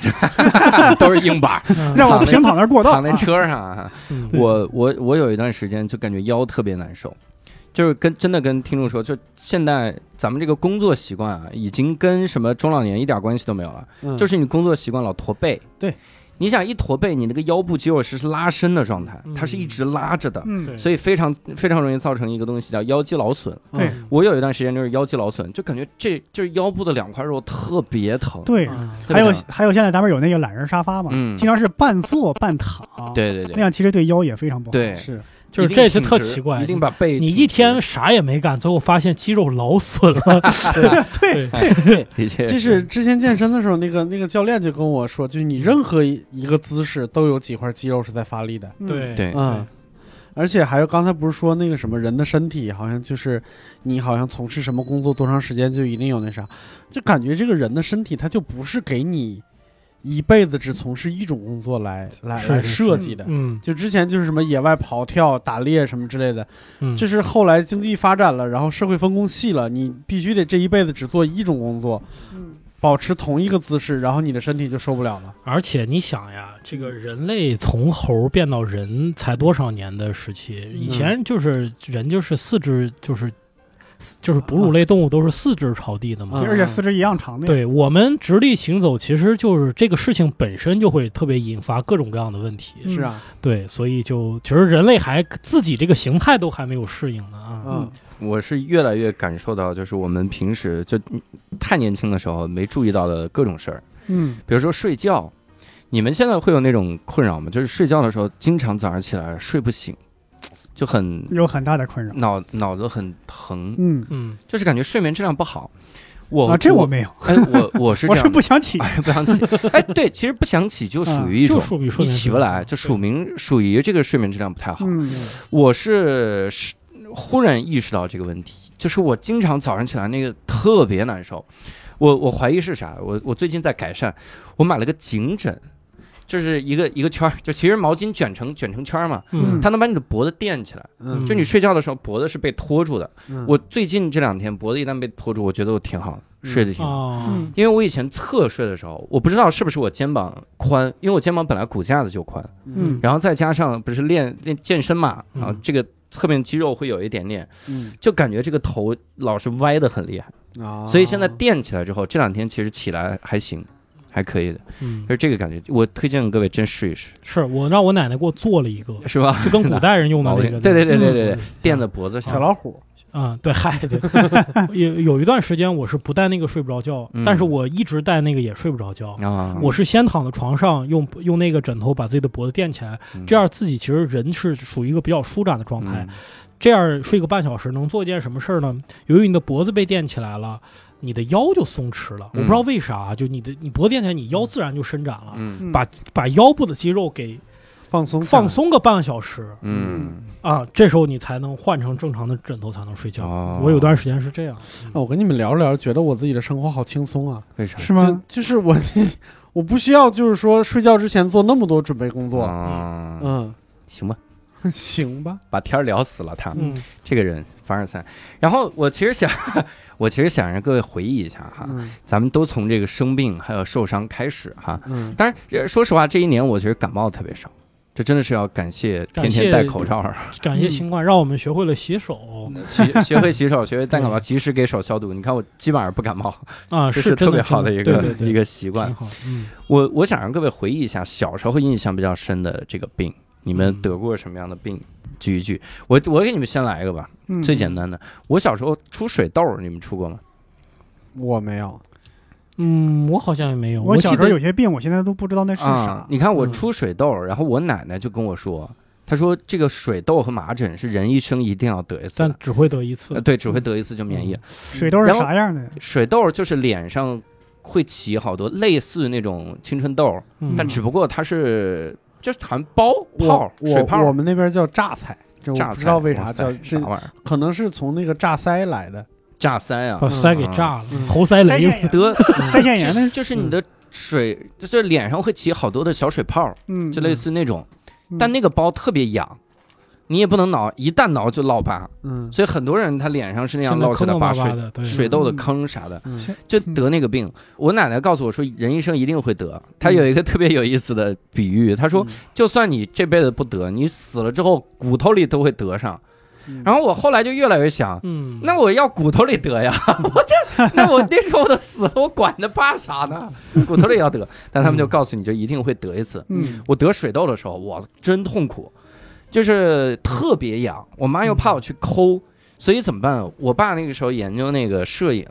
A: 都是硬板儿，
E: 嗯
B: 让我平躺那儿过道
A: 躺
B: 啊
A: 在，车上啊。
E: 嗯
A: 我我我有一段时间就感觉腰特别难受，就是跟真的跟听众说，就现在咱们这个工作习惯啊，已经跟什么中老年一点关系都没有了，
C: 嗯
A: 就是你工作习惯老驼背。
C: 对，
A: 你想一驼背，你那个腰部肌肉是拉伸的状态，
E: 嗯
A: 它是一直拉着的，
B: 嗯，
E: 对
A: 所以非常非常容易造成一个东西叫腰肌劳损。
B: 对
C: 嗯
A: 我有一段时间就是腰肌劳损，就感觉这就是腰部的两块肉特别疼。
B: 对。
E: 嗯
A: 特别
B: 还有
A: 疼
B: 还有，现在咱们有那个懒人沙发嘛，
A: 嗯
B: 经常是半坐半躺，
A: 对对
B: 那
A: 对
B: 样其实对腰也非常不好。
A: 对，
C: 是
E: 就是
A: 一定
E: 这次
A: 挺
E: 特
A: 直
E: 奇怪
A: 一定把背
E: 你
A: 挺
E: 一
A: 直
E: 天啥也没干，最后发现肌肉劳损了。对
A: 的确
C: 这是之前健身的时候，那个那个教练就跟我说，就是你任何一一个姿势都有几块肌肉是在发力的，
B: 嗯，
E: 对
A: 对
C: 嗯，而且还有刚才不是说那个什么人的身体好像就是你好像从事什么工作多长时间就一定有那啥，就感觉这个人的身体它就不是给你一辈子只从事一种工作来来
E: 是
C: 来
E: 是
C: 设计的。
E: 嗯
C: 就之前就是什么野外跑跳、打猎什么之类的，
E: 嗯，
C: 这是后来经济发展了，然后社会分工细了，你必须得这一辈子只做一种工作，
B: 嗯
C: 保持同一个姿势，然后你的身体就受不了了。
E: 而且你想呀，这个人类从猴变到人才多少年的时期？以前就是人就是四肢就是就是哺乳类动物都是四肢朝地的嘛
B: 对。
C: 嗯
B: 而且四肢一样长的。，
E: 对我们直立行走，其实就是这个事情本身就会特别引发各种各样的问题。
B: 嗯
C: 是啊，
E: 对，所以就其实人类还自己这个形态都还没有适应呢啊。
C: 嗯，
A: 我是越来越感受到，就是我们平时就嗯太年轻的时候没注意到的各种事儿，
B: 嗯，
A: 比如说睡觉。你们现在会有那种困扰吗？就是睡觉的时候，经常早上起来睡不醒，就很
B: 有很大的困扰。
A: 脑脑子很疼，
B: 嗯
E: 嗯，
A: 就是感觉睡眠质量不好。我
B: 啊，这我没有，
A: 哎，我我是这
B: 我是
A: 样的，
B: 不想起。
A: 哎不想起。哎，对，其实不想起就属于一种
E: 啊就属于睡
A: 你
E: 眠
A: 起不
E: 质量
A: 来，
E: 不
A: 就属明属于这个睡眠质量不太好。
B: 嗯
A: 我是是忽然意识到这个问题，就是我经常早上起来那个特别难受。我我怀疑是啥？我我最近在改善，我买了个颈枕，就是一个一个圈儿，就其实毛巾卷成卷成圈儿嘛，
E: 嗯，
A: 它能把你的脖子垫起来。
C: 嗯
A: 就你睡觉的时候，脖子是被托住的。
C: 嗯
A: 我最近这两天脖子一旦被托住，我觉得我挺好的，睡得挺好。
E: 哦
B: 嗯，
A: 因为我以前侧睡的时候，我不知道是不是我肩膀宽，因为我肩膀本来骨架子就宽，
B: 嗯
A: 然后再加上不是练练健身嘛，
E: 嗯
A: 啊，这个侧面肌肉会有一点点，
C: 嗯
A: 就感觉这个头老是歪的很厉害，
E: 哦
C: 啊，
A: 嗯所以现在垫起来之后，这两天其实起来还行，还可以的，
E: 嗯
A: 就是这个感觉。我推荐各位真试一试，
E: 是我让我奶奶给我做了一个，
A: 是 吧？
E: 就跟古代人 用的那个，
A: 对对对对对对
E: 嗯，
A: 垫在脖子
C: 小
A: 上，
C: 老虎，
E: 嗯，对，嗨， 对，有有一段时间我是不戴那个睡不着觉，
A: 嗯
E: 但是我一直戴那个也睡不着觉。
A: 啊，
E: 我是先躺在床上，用用那个枕头把自己的脖子垫起来，
A: 嗯
E: 这样自己其实人是属于一个比较舒展的状态。，这样睡个半小时，能做一件什么事儿呢？由于你的脖子被垫起来了，你的腰就松弛
A: 嗯
E: 了。我不知道为啥，就你的你脖子垫起来，你腰自然就伸展了，
A: 嗯
B: 嗯
E: 把把腰部的肌肉给
C: 放松
E: 放，松个半个小时。
A: 嗯
E: 啊，这时候你才能换成正常的枕头才能睡觉。
A: 哦
E: 我有段时间是这样，
C: 啊我跟你们聊着聊着，觉得我自己的生活好轻松啊！
A: 为啥？
B: 是吗？
C: 就就是我， 我不需要就是说睡觉之前做那么多准备工作。
A: 啊，
C: 嗯，
A: 行吧，
C: 行吧，
A: 把天儿聊死了他。
E: 嗯
A: 这个人凡尔赛。然后我其实想， 我其实想让各位回忆一下哈，
C: 嗯
A: 咱们都从这个生病还有受伤开始哈。
C: 嗯，
A: 当然，呃说实话，这一年我觉得感冒特别少，这真的是要感谢天
E: 感谢
A: 天戴口罩儿，
E: 感谢新冠，让我们学会了洗手
A: 学学会洗手，学会戴 口罩，及时给手消毒。你看我基本上不感冒，
E: 嗯啊，
A: 这
E: 是
A: 特
E: 真
A: 别
E: 的
A: 好的
E: 真
A: 一
E: 对
A: 个
E: 对对
A: 一个习惯
E: 挺。好，嗯，
A: 我我想让各位回忆一下小时候印象比较深的这个病，你们
E: 嗯
A: 得过什么样的病？举一举，我我给你们先来一个吧，
B: 嗯
A: 最简单的。我小时候出水痘儿，你们出过吗？
C: 我没有，
E: 嗯，我好像也没有。
B: 我小
E: 记
B: 时候
E: 得
B: 有些病，我现在都不知道那是
A: 啊
B: 啥。。
A: 你看我
E: 嗯
A: 出水痘儿，然后我奶奶就跟我说，她说这个水痘和麻疹是人一生一定要得一次
E: 但
A: 的，
E: 只会得一次
A: 呃，。对，只会得一次就免疫。
B: 水痘是
A: 然后
B: 啥样的？
A: 水痘儿就是脸上会起好多类似那种青春痘儿，
E: 嗯
A: 但只不过它是就是好像包泡儿
C: 我
A: 水泡
C: 我我
A: 儿。
C: 们那边叫榨菜，这
A: 榨菜
C: 我不知道为啥
A: 哇
C: 叫
A: 塞
C: 这
A: 啥，玩意儿？
C: 可能是从那个榨腮来的。
A: 榨腮啊
E: 把，腮给炸了
C: 嗯，
E: 喉塞
B: 腮腺
E: 雷。
B: 炎，
A: 得
E: 嗯
B: 腮腺炎
A: 就
B: 的，
A: 就是你的水，就是脸上会起好多的小水泡儿，
B: 嗯，
A: 就类似那种，
B: 嗯
A: 但那个包特别痒，你也不能挠，一旦挠就落疤。
C: 嗯
A: 所以很多人他脸上是那样
E: 现在
A: 落起
E: 坑
A: 来
E: 坑巴巴
A: 水
E: 的，对，
A: 水痘的坑啥的，
C: 嗯
A: 就得那个病。我奶奶告诉我说，人一生一定会得。她有一个特别有意思的比喻，她
C: 嗯
A: 说，就算你这辈子不得，你死了之后骨头里都会得上。
C: 嗯
A: 然后我后来就越来越想。
E: 嗯，
A: 那我要骨头里得呀，我这那我那时候都死了，我管他怕啥呢？骨头里要得，但他们就告诉你，就一定会得一次。
B: 嗯
A: 我得水痘的时候，我真痛苦，就是特别痒。我妈又怕我去抠，所以怎么办？我爸那个时候研究那个摄影，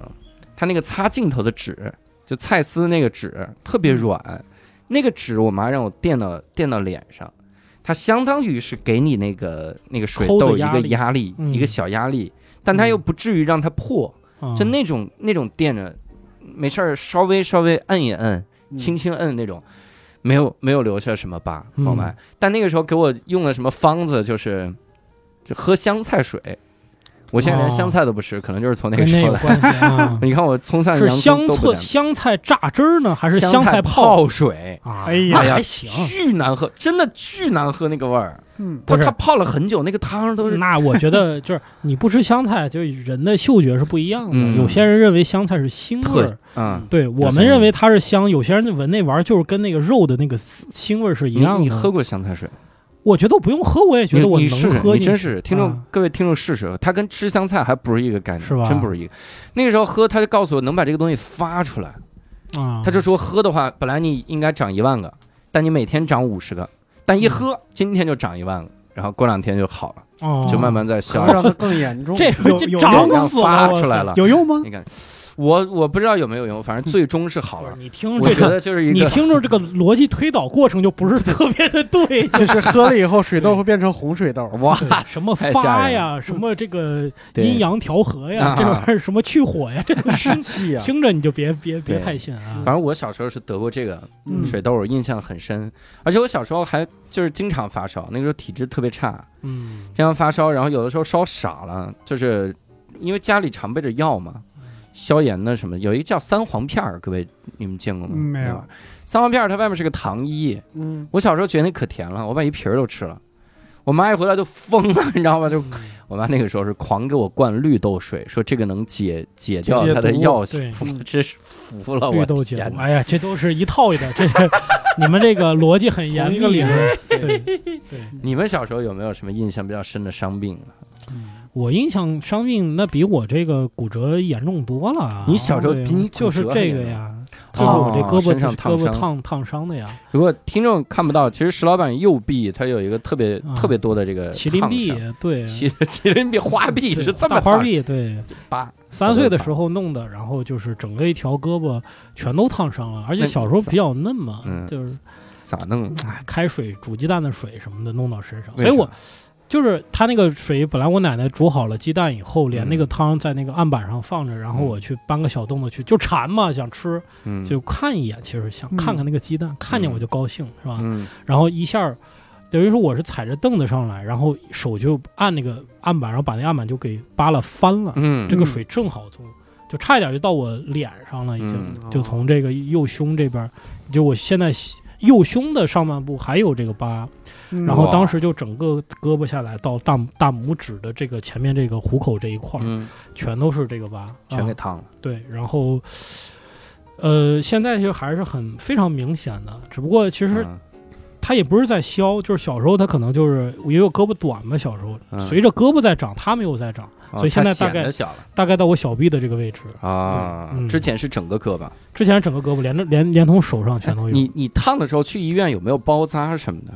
A: 他那个擦镜头的纸，就蔡司那个纸特别
E: 嗯
A: 软，那个纸我妈让我垫到垫到脸上，它相当于是给你那个那个水
E: 抠的
A: 痘一
E: 压
A: 个
E: 力
A: 压力，
E: 嗯
A: 一个小压力，但它又不至于让它破，
E: 嗯
A: 就那种那种垫着，没事儿稍微稍微摁一摁。
C: 嗯
A: 轻轻摁那种，没有没有留下什么疤，
E: 嗯
A: 好吗？但那个时候给我用了什么方子，就是就喝香菜水，我现在连
E: 哦
A: 香菜都不吃，可能就是从那个
E: 跟那
A: 时候
E: 有
A: 来。
E: 关系啊
A: 。你看我葱蒜
E: 是
A: 洋葱
E: 香
A: 都不
E: 菜
A: 沾
E: 香菜榨汁儿呢，还是
A: 香
E: 菜
A: 泡水，
E: 啊？
B: 哎呀
E: 那
A: 哎呀
E: 还行。
A: 巨难喝，真的巨难喝那个味儿。
B: 嗯，
E: 不
A: 就是它泡了很久，那个汤都是
E: 那我觉得就是 你不吃香菜，就是人的嗅觉是不一样的。
A: 嗯
E: 有些人认为香菜是腥味
A: 特
E: 儿，
A: 嗯。
E: 对我
A: 香
E: 们认为它是香，有些人闻那玩意儿就是跟那个肉的那个腥味儿是一
A: 你
E: 样的。
A: 你喝过香菜水？
E: 我觉得我不用喝，我也觉得我
A: 你
E: 能
A: 你试试
E: 喝
A: 你
E: 进
A: 真
E: 去
A: 是听众、
E: 啊
A: 各位听众试试，它跟吃香菜还不是一个概念，
E: 是吧
A: 真不是一个。那个时候喝，他就告诉我能把这个东西发出来，
E: 啊，
A: 他就说喝的话，本来你应该长一万个，但你每天长五十个，但一喝、今天就长一万个，然后过两天就好了，
E: 嗯哦
A: 就慢慢在消
C: 要
A: 耗，
C: 嗯让它更 严重。。
E: 这
B: 有
E: 这
B: 有
E: 长
B: 有
E: 死了，
A: 发
E: 我
A: 出来
E: 操
A: 了。
B: 有用吗？
A: 你看，我我不知道有没有用，反正最终是好
E: 不是
A: 了。
E: 你听
A: 我
E: 着这
A: 觉
E: 个，
A: 得就是一
E: 嗯你
A: 个，
E: 听着这个逻辑推导过程就不是 特别的对
C: 就是喝了以后，水痘会变成红水痘。
A: 哇，
E: 对什么
A: 太吓
E: 发
A: 人
E: 呀，什么这个
A: 对
E: 阴阳调和
A: 啊
E: 呀，这玩意儿 什么去火呀，这
C: 湿气呀！
E: 听着你就别别别
A: 对
E: 太信啊
A: 反。正我小时候是得过这个
B: 嗯
A: 水痘，我印象很深，而且我小时候还就是经常发烧，那个时候体质特别差，
E: 嗯，
A: 经常发烧，然后有的时候烧傻了，就是因为家里常备着药嘛，消炎的什么，有一个叫三黄片儿，各位你们见过吗？
B: 嗯没有
A: 吧。三黄片儿它外面是个糖衣，
C: 嗯，
A: 我小时候觉得那可甜了，我把一瓶儿都吃了。我妈一回来就疯了，你 知道吗？就
E: 嗯
A: 我妈那个时候是狂给我灌绿豆水，说这个能解解掉
C: 解
A: 它的
C: 毒
A: 药
E: 对
A: 性，我真是服了
E: 绿
A: 哦我
E: 豆解
A: 天
E: 毒，
A: 哪！
E: 哎呀，这都是一套的，这是你们这个逻辑很严
C: 同一个
E: 密
C: 理
E: 啊。
C: 论。
E: 对，
A: 你们小时候有没有什么印象比较深的伤病啊？
E: 我印象伤病那比我这个骨折严重多了啊。
A: 你小时候
E: 对
A: 比你骨
E: 就是
A: 折还
E: 这个
A: 严重
E: 呀，就是我这
A: 哦
E: 胳膊
A: 身上烫
E: 胳膊
A: 伤
E: 烫烫伤的呀。
A: 如果听众看不到，其实石老板右臂它有一个特别、
E: 啊
A: 特别多的这个
E: 麒麟
A: 烫
E: 臂
A: 伤，
E: 对，
A: 麒麒麟臂花臂
E: 对
A: 是这么
E: 大花
A: 烫
E: 臂，对，
A: 疤，
E: 三岁的时候弄的，然后就是整个一条胳膊全都烫伤了，而且
A: 那
E: 小时候比较嫩嘛，
A: 嗯
E: 就是
A: 咋弄？啊
E: 哎开水煮鸡蛋的水什么的弄到身上，
A: 为
E: 所以我
A: 啥
E: 就是他那个水，本来我奶奶煮好了鸡蛋以后，连
A: 嗯
E: 那个汤在那个案板上放着，然后
A: 嗯
E: 我去搬个小动作去，就馋嘛，想吃
A: 嗯
E: 就看一眼，其实想
B: 嗯
E: 看看那个鸡蛋，看见
A: 嗯
E: 我就高兴，是吧？
A: 嗯
E: 然后一下儿，等于说我是踩着凳子上来，然后手就按那个案板，然后把那案板就给扒拉翻了，
A: 嗯
E: 这个水正好从就差一点就到我脸上了，已经、
A: 嗯
E: 就从这个右胸这边儿，就我现在右胸的上半部还有这个疤，
B: 嗯
E: 然后
A: 哇
E: 当时就整个胳膊下来到大大拇指的这个前面这个虎口这一块儿，
A: 嗯，
E: 全都是这个疤，
A: 全给
E: 啊
A: 烫了。
E: 对，然后。呃，现在就还是很非常明显的，只不过其实
A: 嗯
E: 它也不是在消，就是小时候它可能就是因为我胳膊短嘛，小时候、
A: 嗯
E: 随着胳膊在长，它没有在长，
A: 哦
E: 所以现
A: 它
E: 在
A: 显
E: 大概
A: 得小了
E: 大概到我小臂的这个位置，
A: 啊
E: 对嗯
A: 之前是整个胳膊。
E: 之前整个胳膊连着连连同手上全都有。
A: 哎你你烫的时候去医院有没有包扎什么的？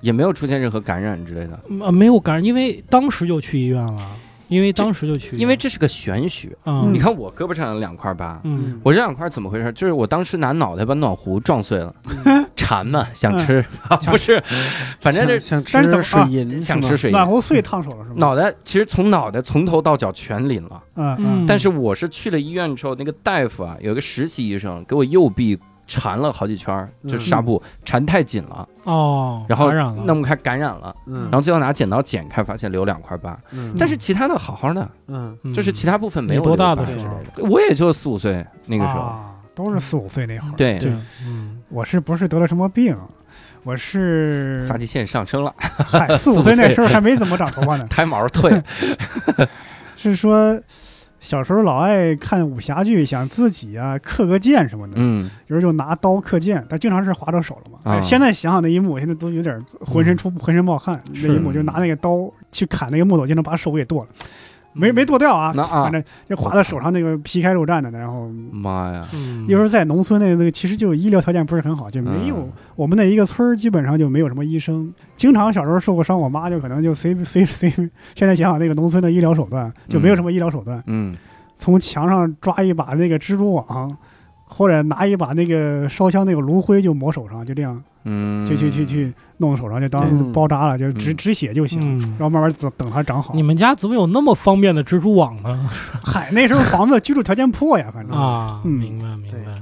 A: 也没有出现任何感染之类的，
E: 呃没有感染，因为当时就去医院了，因为当时就去医院，
A: 因为这是个玄学。
E: 啊，
A: 你看我胳膊上有两块疤，
E: 嗯
A: 我这两块怎么回事？就是我当时拿脑袋把暖壶撞碎了，
E: 嗯
A: 馋嘛，想吃，啊 不是，反正
C: 想
A: 就是
C: 想
B: 但是怎
C: 吃
B: 么
C: 水
B: 啊
C: 银，
E: 嗯
A: 想吃。水。
B: 暖壶碎烫手了是吗？
A: 脑袋其实从脑袋从头到脚全淋了，
B: 嗯
E: 嗯
B: 嗯，
A: 但是我是去了医院之后，那个大夫啊，有一个实习医生给我右臂缠了好几圈儿，就是纱布缠太紧了，
E: 嗯哦，
A: 然后
E: 感染了，
A: 弄不开感染了，
C: 嗯，
A: 然后最后拿剪刀剪开，发现留两块疤，
C: 嗯
A: 但是其他的好好的，
C: 嗯，
E: 嗯
A: 就是其他部分没有
E: 你多大
A: 留疤
E: 的时候哦
A: 之类的我也就四五岁那个时候，
B: 啊都是四五岁那会儿。
A: 对，
E: 对，嗯，
B: 我是不是得了什么病？我是
A: 发际线上升了，
B: 嗨，四
A: 五
B: 五
A: 岁。
B: 岁那时候还没怎么长头发呢
A: 胎毛退 了，
B: 是说小时候老爱看武侠剧，想自己啊刻个剑什么的，
A: 嗯，
B: 有时候就拿刀刻剑，但经常是划着手了嘛。
A: 啊嗯
B: 哎现在想想那一幕，我现在都有点浑身出浑身冒汗。
E: 是
B: 那一幕就拿那个刀去砍那个木头，就能把手给剁了，没没剁掉啊，
A: 嗯那啊
B: 反正就划到手上那个皮开肉绽的。然后
A: 妈呀，
E: 嗯，
B: 有时候在农村那个那个，其实就医疗条件不是很好，就没有、
A: 嗯
B: 我们那一个村儿基本上就没有什么医生。经常小时候受过伤，我妈就可能就随随随，现在想想那个农村的医疗手段就没有什么医疗手段，
A: 嗯，
B: 从墙上抓一把那个蜘蛛网，或者拿一把那个烧香那个炉灰就抹手上，就这样
A: 嗯，
B: 就去去去弄手上就当
C: 嗯
B: 包扎了，就止
A: 嗯
B: 止血就行。
E: 嗯
B: 然后慢慢等等它长好
E: 你。们家怎么有那么方便的蜘蛛网呢？
B: 嗨，那时候房子居住条件破呀，反正
E: 啊，
B: 嗯
E: 明白明
C: 对
E: 白，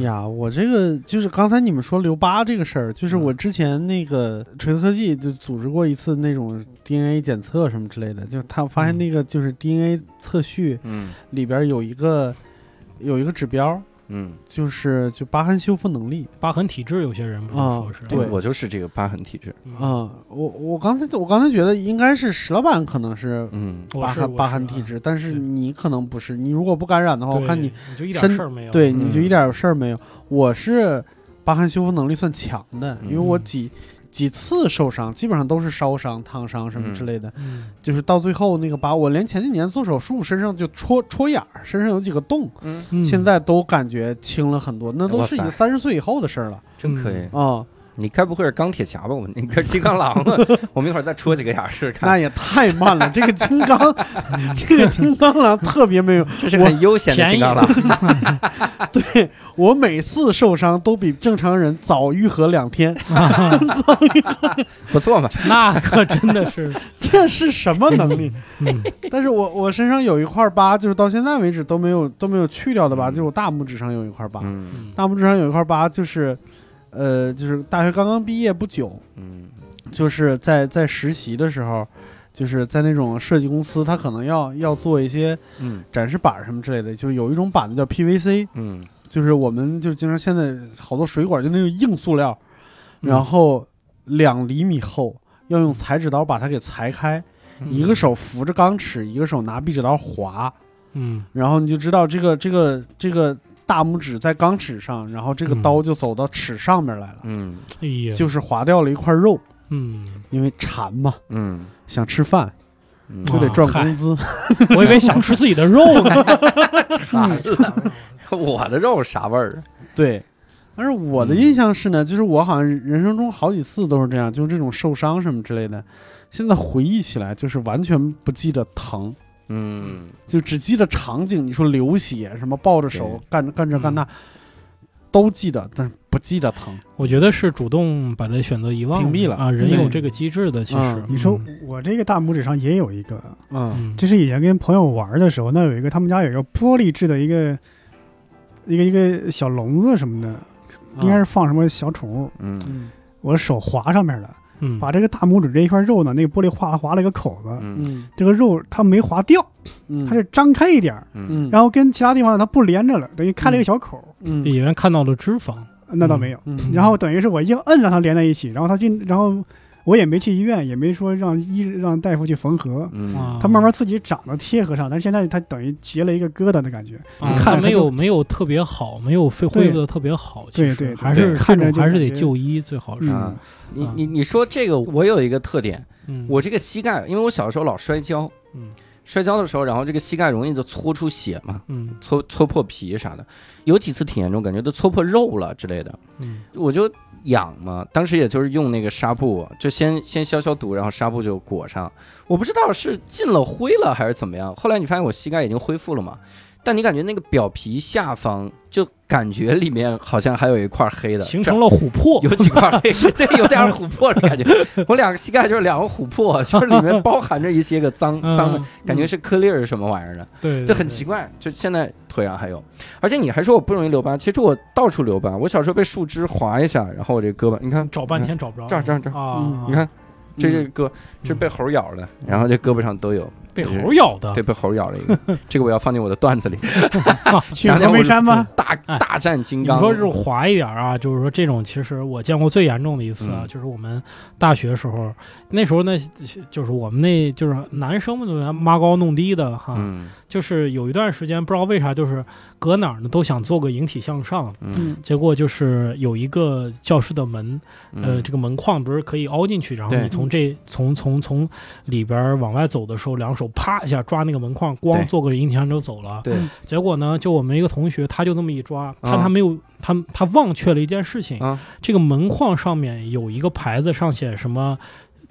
C: 呀，我这个就是刚才你们说留疤这个事儿，就是
A: 嗯
C: 我之前那个锤子科技就组织过一次那种 DNA 检测什么之类的，就是他发现
E: 嗯
C: 那个就是 DNA 测序
A: 嗯
C: 里边有一个有一个指标，
A: 嗯，
C: 就是就疤痕修复能力。
E: 疤痕体质有些人不是
C: 啊
E: 说是
C: 对
A: 哎我就是这个疤痕体质，
E: 嗯
C: 嗯，我我刚才我刚才觉得应该是石老板可能是
A: 嗯
E: 我
C: 疤
E: 是
C: 痕疤痕体，质，但是
E: 对
C: 你可能不是，你如果不感染的话，
E: 我是啊
C: 我看
E: 对
C: 你
E: 你就一点
C: 身
E: 事儿没有，
C: 对
E: 嗯
C: 你就一点事儿没有。我是疤痕修复能力算强的，因为我
E: 嗯
C: 几几次受伤，基本上都是烧伤、烫伤什么之类的，
E: 嗯
C: 就是到最后那个疤，我连前几年做手术身上就戳戳眼儿，身上有几个洞，
A: 嗯，
E: 嗯
C: 现在都感觉轻了很多，那都
A: 哇
C: 是已
A: 塞
C: 经三十岁以后的事儿了
A: 真可以。
C: 啊、
A: 你该不会是钢铁侠吧？ 我你该是金刚狼了。我们一会儿再戳几个牙试试看
C: 那。也太慢了。这个金 刚，这个金刚狼特别没有，
A: 这是个很悠闲的金刚狼，
C: 对我每次受伤都比正常人早愈合两天，早愈
A: 不错嘛。
E: 那可真的是，
C: 这是什么能力？
E: 嗯
C: 但是我我身上有一块疤，就是到现在为止都没有都没有去掉的疤，
A: 嗯
C: 就是我大拇指上有一块疤，
A: 嗯
C: 大拇指上有一块疤，就是，呃，就是大学刚刚毕业不久，
A: 嗯
C: 就是在在实习的时候，就是在那种设计公司，他可能要要做一些
A: 嗯
C: 展示板什么之类的，就是有一种板子叫 PVC，
A: 嗯
C: 就是我们就经常现在好多水管就那种硬塑料，
E: 嗯
C: 然后两厘米厚，
A: 嗯
C: 要用裁纸刀把它给裁开。一个手扶着钢尺，一个手拿壁纸刀划，
E: 嗯
C: 然后你就知道这个这个这个大拇指在钢尺上，然后这个
E: 嗯
C: 刀就走到尺上面来了，
A: 嗯
E: 哎呀，
C: 就是划掉了一块肉，
E: 嗯，
C: 因为馋嘛，
A: 嗯
C: 想吃饭
A: 嗯，
C: 就得赚工资，
E: 我以为想吃自己的肉呢。
A: 我的肉是啥味儿？ 啊
C: 对。但是我的
A: 嗯
C: 印象是呢，就是我好像人生中好几次都是这样，就是这种受伤什么之类的，现在回忆起来就是完全不记得疼，
A: 嗯，
C: 就只记得场景，你说流血什么抱着手
A: 对嗯
C: 干干这干那，都记得，但是不记得疼。
E: 我觉得是主动把它选择遗忘
C: 屏蔽了
E: 啊，人有
C: 对
E: 这个机制的，其实
C: 嗯
B: 你说我这个大拇指上也有一个，
C: 嗯
E: 嗯，
B: 这是以前跟朋友玩的时候，那有一个他们家有一个玻璃制的一个一个一个小笼子什么的，应该是放什么小宠物。
A: 嗯
C: 嗯
B: 我手划上面了，
E: 嗯
B: 把这个大拇指这一块肉呢，那个玻璃划划了一个口子，
A: 嗯
C: 嗯
B: 这个肉它没划掉，
C: 嗯，
B: 它是张开一点儿，
A: 嗯
C: 嗯，
B: 然后跟其他地方它不连着了，等于开了一个小口。
C: 嗯
E: 里面看到了脂肪，
B: 嗯，那倒没有。
C: 嗯，
B: 然后等于是我硬摁让它连在一起，然后它进，然后我也没去医院，也没说让医让大夫去缝合，
A: 嗯
E: 啊
B: 它慢慢自己长到贴合上，但是现在它等于结了一个疙瘩的感觉。
E: 啊
A: 嗯
E: 它
B: 看着
E: 没
B: 它就
E: 有没有特别好，没有恢恢复的特别好，其
B: 对
E: 实
B: 对对
E: 还是
B: 对看着
E: 这种还是
B: 就
E: 得
B: 感觉
E: 就医最好是。
B: 嗯
A: 啊，你你你说这个，我有一个特点，
E: 嗯
A: 我这个膝盖，因为我小时候老摔跤，
E: 嗯
A: 摔跤的时候，然后这个膝盖容易就搓出血嘛，
E: 嗯
A: 搓搓破皮啥的，有几次挺严重，感觉都搓破肉了之类的，
E: 嗯
A: 我就痒嘛，当时也就是用那个纱布，就先先消消毒，然后纱布就裹上。我不知道是进了灰了还是怎么样。后来你发现我膝盖已经恢复了嘛，但你感觉那个表皮下方就感觉里面好像还有一块黑的，
E: 形成了琥珀
A: 有几块黑，对，有点琥珀的感觉。我两个膝盖就是两个琥珀，就是里面包含着一些个脏脏的
E: 嗯，
A: 感觉是颗粒儿什么玩意儿的。
E: 对，
A: 就很奇
E: 奇
A: 怪，就现在腿啊上还有，而且你还说我不容易留疤，其实我到处留疤，我小时候被树枝划一下，然后我这胳膊，你看
E: 找半天找不着。
A: 这儿这儿这儿，嗯
E: 啊，
A: 你看这是胳，
E: 嗯啊
A: 这被猴咬的，然后这胳膊上都有，
E: 被猴咬的
A: 对，，被猴咬了一 个，这个我要放进我的段子里，
B: 去
A: 想想
B: 峨
A: 我
B: 眉山吧，
A: 大
E: 哎
A: 大战金
E: 你
A: 刚，
E: 说这种滑一点儿啊，就是说这种，其实我见过最严重的一次啊，
A: 嗯
E: 就是我们大学时候，那时候那就是我们那就是男生们都妈高弄低的哈，
A: 嗯
E: 就是有一段时间不知道为啥，就是搁哪儿呢都想做个引体向上，
A: 嗯
E: 结果就是有一个教室的门，呃，
A: 嗯
E: 这个门框不是可以凹进去，然后
A: 对
E: 你从这从从从里边儿往外走的时候，两手啪一下抓那个门框，
A: 对
E: 光做个引体向上就走了。
A: 对
E: 结果呢，就我们一个同学，他就这么一抓，他
A: 啊
E: 他没有他他忘却了一件事情，
A: 啊
E: 这个门框上面有一个牌子，上写什么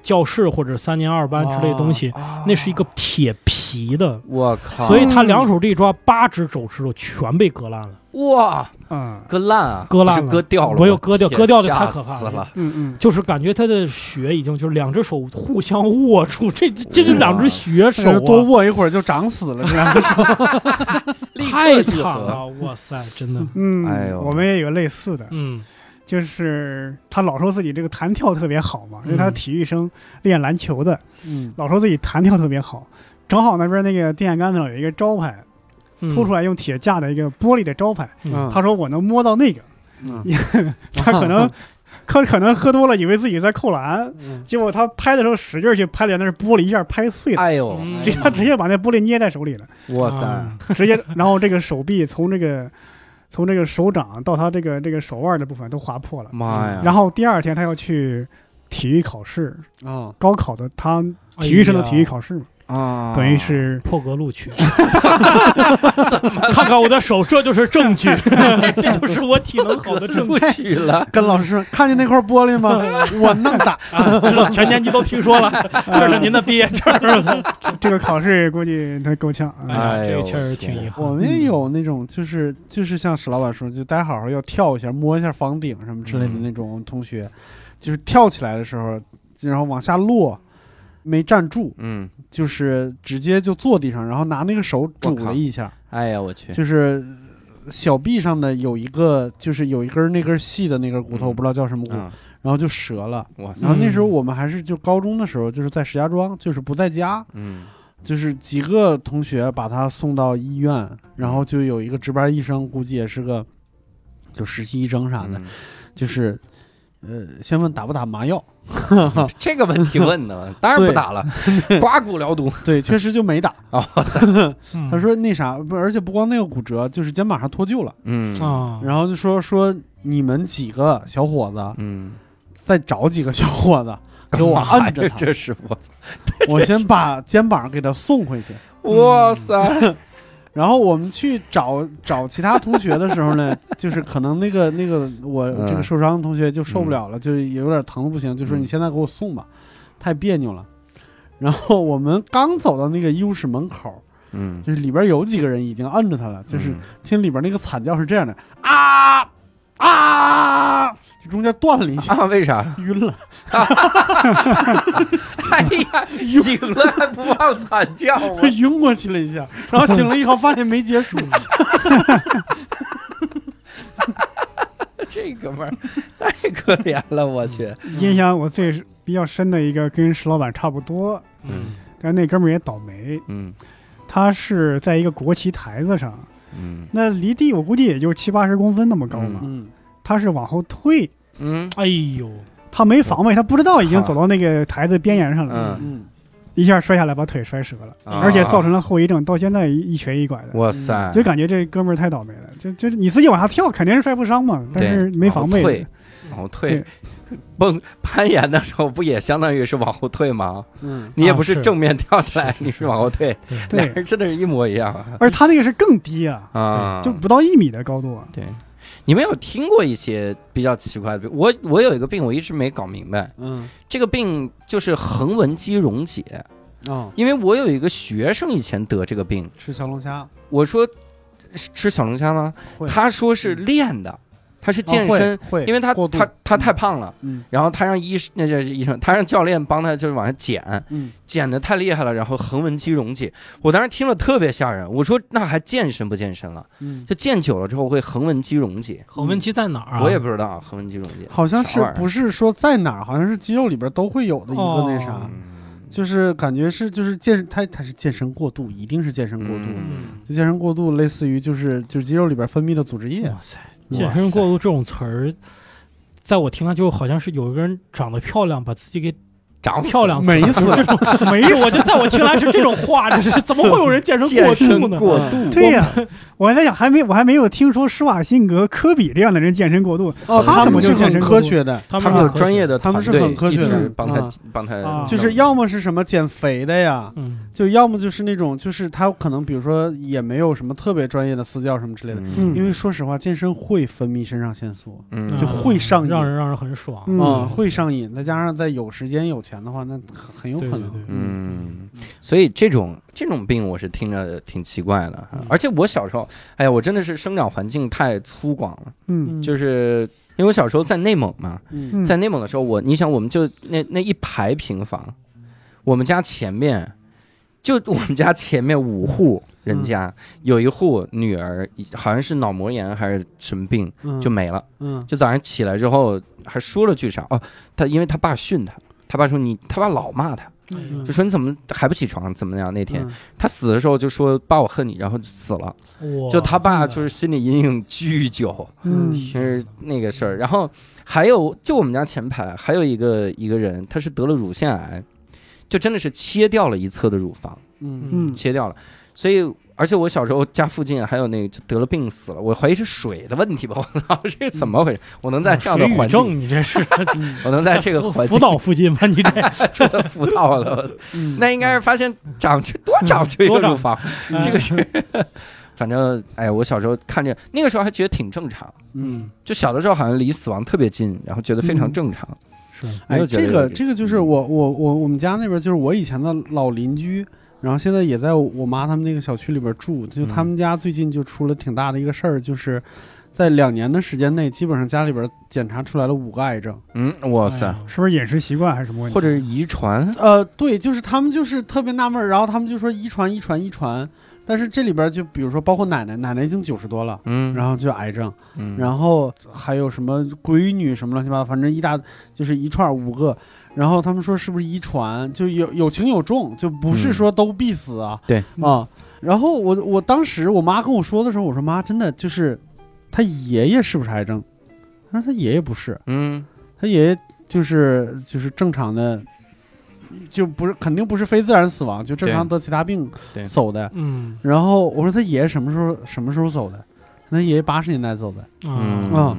E: 教室或者三年二班之类的东西，
B: 啊
E: 那是一个铁皮的。
A: 啊我靠，
E: 所以他两手这一抓，八只手指头全被割烂了，
A: 哇
B: 嗯
A: 割烂啊，
E: 割烂
A: 不
E: 了
A: 是割掉了吗，
E: 没有割掉
A: 天
E: 割掉的
A: 吓
E: 太可怕
A: 死
E: 了
A: 了，
B: 嗯
E: 就是感觉他的血已经就是两只手互相握住，这这这就
A: 哇
E: 两只血手
C: 手多
E: 啊，
C: 握一会儿就长死了，这样
A: 立刻
E: 太
A: 聚
E: 惨
A: 合
E: 了，哇塞，真的，
B: 嗯，
A: 哎呦
B: 我们也有类似的，
E: 嗯
B: 就是他老说自己这个弹跳特别好嘛，因为他是
E: 嗯
B: 体育生，练篮球的，
C: 嗯，
B: 老说自己弹跳特别好。正好那边那个电线杆子上有一个招牌，
E: 嗯
B: 凸出来用铁架的一个玻璃的招牌，
E: 嗯
B: 他说我能摸到那个，
C: 嗯
B: 他可能 可可能喝多了，以为自己在扣篮，
C: 嗯
B: 结果他拍的时候使劲去拍脸，那是玻璃一下拍碎了，
A: 哎呦，
E: 嗯
B: 直接他直接把那玻璃捏在手里了，
A: 哇塞
E: 啊！
B: 直接， 然后这个手臂从这个从这个手掌到他这个这个手腕的部分都划破了，
A: 妈呀！
B: 然后第二天他要去体育考试，
C: 啊，
B: 高考的他体育
E: 哎
B: 生的体育考试嘛，
A: 啊，
B: 等于是
E: 破格录取，看看我的手，这就是证 据，这就是我体能好的证
A: 录
E: 据。
A: 取 了，
C: 跟老师
B: 嗯
C: 说，看见那块玻璃 吗？我弄的。
E: 啊知道全年级都听说 了，这是您的毕业证儿。
B: 这个考试估计他够呛啊。
A: 哎
E: 这
A: 呦
E: 个确实挺遗憾。
C: 我们也有那种，就是就是像史老板说，就大家好好要跳一下，摸一下房顶什么之类的那种同学，就是跳起来的时候，然后往下落，没站住，
A: 嗯，
C: 就是直接就坐地上，然后拿那个手拄了一下，
A: 哎呀，我去，
C: 就是小臂上的有一个，就是有一根儿那根儿细的那根骨头，
A: 嗯
C: 我不知道叫什么骨，
A: 嗯，
C: 然后就折了。
A: 哇塞，
C: 然后那时候
E: 嗯
C: 我们还是就高中的时候，就是在石家庄，就是不在家，
A: 嗯，
C: 就是几个同学把他送到医院，然后就有一个值班医生，估计也是个就实习医生啥的，
A: 嗯
C: 就是呃，先问打不打麻药，
A: 这个问题问 的，当然不打了，刮骨疗毒
C: 对，确实就没打。
A: 啊，
E: 嗯
C: 他说那啥，不，而且不光那个骨折，就是肩膀上脱臼了，
A: 嗯，
E: 啊，
C: 然后就说说你们几个小伙子
A: 嗯，
C: 再找几个小伙子给我摁着他，
A: 这是我，
C: 我先把肩膀给他送回去。
A: 哇塞，
C: 然后我们去找找其他同学的时 候呢，就是可能那个那个我
A: 嗯
C: 这个受伤的同学就受不了了，就有点疼的不行，就说
A: 嗯
C: 你现在给我送吧，太别扭了。然后我们刚走到那个医务室门口，
A: 嗯，
C: 就是里边有几个人已经摁着他了，就是
A: 嗯
C: 听里边那个惨叫是这样的啊啊，就中间断了 一下，
A: 啊，为 啥？
C: 晕了。
A: 哎呀，醒了还不忘惨叫啊！
E: 哎
C: 晕过去了一下，然后醒了以后发现没结 束，
A: 这哥们儿太可怜了，我去，
B: 印象我最比较深的一个跟石老板差不多，
E: 嗯
B: 但那哥们儿也倒霉，
A: 嗯
B: 他是在一个国旗台子上，
A: 嗯
B: 那离地我估计也就七八十公分那么高嘛，
C: 嗯，
B: 他是往后退，
A: 嗯
E: 哎呦，
B: 他没防备，他不知道已经走到那个台子边沿上了，
A: 嗯，
C: 嗯，
B: 一下摔下来把腿摔折了，
A: 啊
B: 而且造成了后遗症，到现在一瘸一拐的。
A: 哇塞，
B: 就感觉这哥们儿太倒霉了，就就是你自己往下跳肯定是摔不伤嘛，但
A: 对
B: 是没防
A: 往后
B: 备
A: 退，往后退。蹦 攀岩的时候不也相当于是往后退吗？
C: 嗯，
A: 你也不
E: 啊
A: 是
E: 是
A: 正面跳起来，你是往后退，俩
B: 对，
A: 人真的是一模一样啊
B: 而他那个是更低啊，
A: 啊！
B: 就不到一米的高度啊，
A: 对，你们有听过一些比较奇怪的病？我我有一个病，我一直没搞明白，
C: 嗯，
A: 这个病就是横纹肌溶解，
C: 哦，
A: 因为我有一个学生以前得这个病，
C: 吃小龙虾，哦
A: 我说是吃小龙虾吗
C: 会？
A: 他说是
B: 嗯
A: 练的，他是
B: 啊
A: 健身
C: 哦，会，
A: 因为他
C: 过度
A: 他他太胖了。
C: 嗯
A: 然后他让医那就是医生，他让教练帮他就是往下减，
C: 嗯，
A: 减的太厉害了，然后横纹肌溶解。我当时听了特别吓人，我说那还健身不健身了？
C: 嗯，
A: 就健久了之后会横纹肌溶解，
E: 横纹肌在哪儿啊？
A: 我也不知道横纹肌溶解
C: 好像
A: 啥
C: 是
A: 玩意儿
C: 不是说在哪儿，好像是肌肉里边都会有的一个那啥，
E: 哦
A: 嗯
C: 就是感觉是就是健他他是健身过度，一定是健身过度，
E: 嗯
C: 就健身过度类似于就是就是肌肉里边分泌的组织液
E: 哇，塞，健嗯身过度这种词儿，在我听来就好像是有一个人长得漂亮，把自 己给
A: 长
E: 漂亮
C: 美
E: 死了，
C: 死
E: 这种
B: 啊 没
E: 就我就在我听来是这种话，这是怎么会有人健身过
A: 健身
E: 度呢？
A: 过
C: 嗯
A: 度，
B: 对呀、啊我还在想，还没我还没有听说施瓦辛格、科比这样的人健身过度，
C: 哦，
B: 他
C: 他
B: 怎么
C: 们是
B: 就健
C: 很
B: 身过
C: 科
B: 度
C: 学的，
E: 他
A: 他们有专业，的
C: 他们是
A: 团队
C: 很科学
A: 一
C: 的
A: 直帮他
C: 啊
A: 帮他
B: 啊，
C: 就是要么是什么减肥的呀，
E: 嗯，
C: 就要么就是那种，就是他可能比如说也没有什么特别专业的私教什么之类的，
B: 嗯
C: 因为说实话，健身会分泌肾上腺素，
A: 嗯
C: 就会上瘾
E: 让人让人很爽。
B: 嗯
C: 啊，会上瘾，再加上在有时间有钱的话，那很很有
E: 对
C: 可
E: 对
C: 能，
E: 对
A: 嗯，所以这种这种病我是听着挺奇怪的
E: 嗯，
A: 而且我小时候，哎呀，我真的是生长环境太粗犷了，
B: 嗯
A: 就是因为我小时候在内蒙嘛，
C: 嗯
B: 嗯，
A: 在内蒙的时候，我你想我们就那那一排平房，我们家前面就我们家前面五户人家有一户女儿好像是脑膜炎还是什么病
C: 嗯
A: 就没了。
C: 嗯
A: 就早上起来之后还说了句啥哦，他因为他爸训他，他爸说你，他爸老骂他，
E: 嗯
A: 就说你怎么还不起床，怎么样？那天、
C: 嗯
A: 他死的时候就说爸我恨你，然后就死了，
E: 哇嗯
A: 就他爸就是心理阴影巨久，
B: 嗯
A: 就是那个
E: 嗯
A: 事儿。然后还有就我们家前排还有一个一个人，他是得了乳腺癌，就真的是切掉了一侧的乳房，
C: 嗯
B: 嗯
A: 切掉了，所以。而且我小时候家附近还有那个就得了病死了，我怀疑是水的问题吧？我操，这怎么回事？我能在这样的
E: 嗯水
A: 环
E: 语
A: 境
E: 症，你 这是
A: 我能在这个环
E: 辅
A: 境
E: 导附近吧？你
A: 出
E: 这
A: 的辅导了，
C: 嗯
A: 那应该是发现长出多长出一个乳房，
E: 嗯
A: 这
E: 哎
A: 个是，反正哎，我小时候看着那个时候还觉得挺正常，
C: 嗯，
A: 就小的时候好像离死亡特别近，然后觉得非常正常。
E: 是
A: 我
C: 哎，
A: 就觉得
C: 这
A: 有
C: 个
A: 点嗯
C: 这个就是我我我我们家那边就是我以前的老邻居。然后现在也在我妈他们那个小区里边住，
A: 嗯
C: 就他们家最近就出了挺大的一个事儿，就是在两年的时间内，基本上家里边检查出来了五个癌症。
A: 嗯，哇
E: 哎
A: 塞
E: 呀，
B: 是不是饮食习惯还是什么问题？
A: 或者 是遗传，
C: 呃，对，就是他们就是特别纳闷儿，然后他们就说遗传、遗传、遗传，但是这里边儿就比如说包括奶奶，奶奶已经九十多了。
A: 嗯，
C: 然后就癌症，
A: 嗯，
C: 然后还有什么闺女什么乱七八糟，反正一大就是一串儿五个，然后他们说是不是遗传，就有有轻有重，就不是
A: 嗯
C: 说都必死啊。
A: 对
C: 啊，然后我我当时我妈跟我说的时候，我说妈，真的就是他爷爷是不是癌症？她说他爷爷不是，
A: 嗯
C: 他爷爷就是就是正常的，就不是肯定不是非自然死亡，就正常得其他病
A: 对
C: 走的。
E: 嗯
C: 然后我说他爷爷什么时候什么时候走的？他爷爷八十年代走的。
E: 啊
A: 嗯
C: 嗯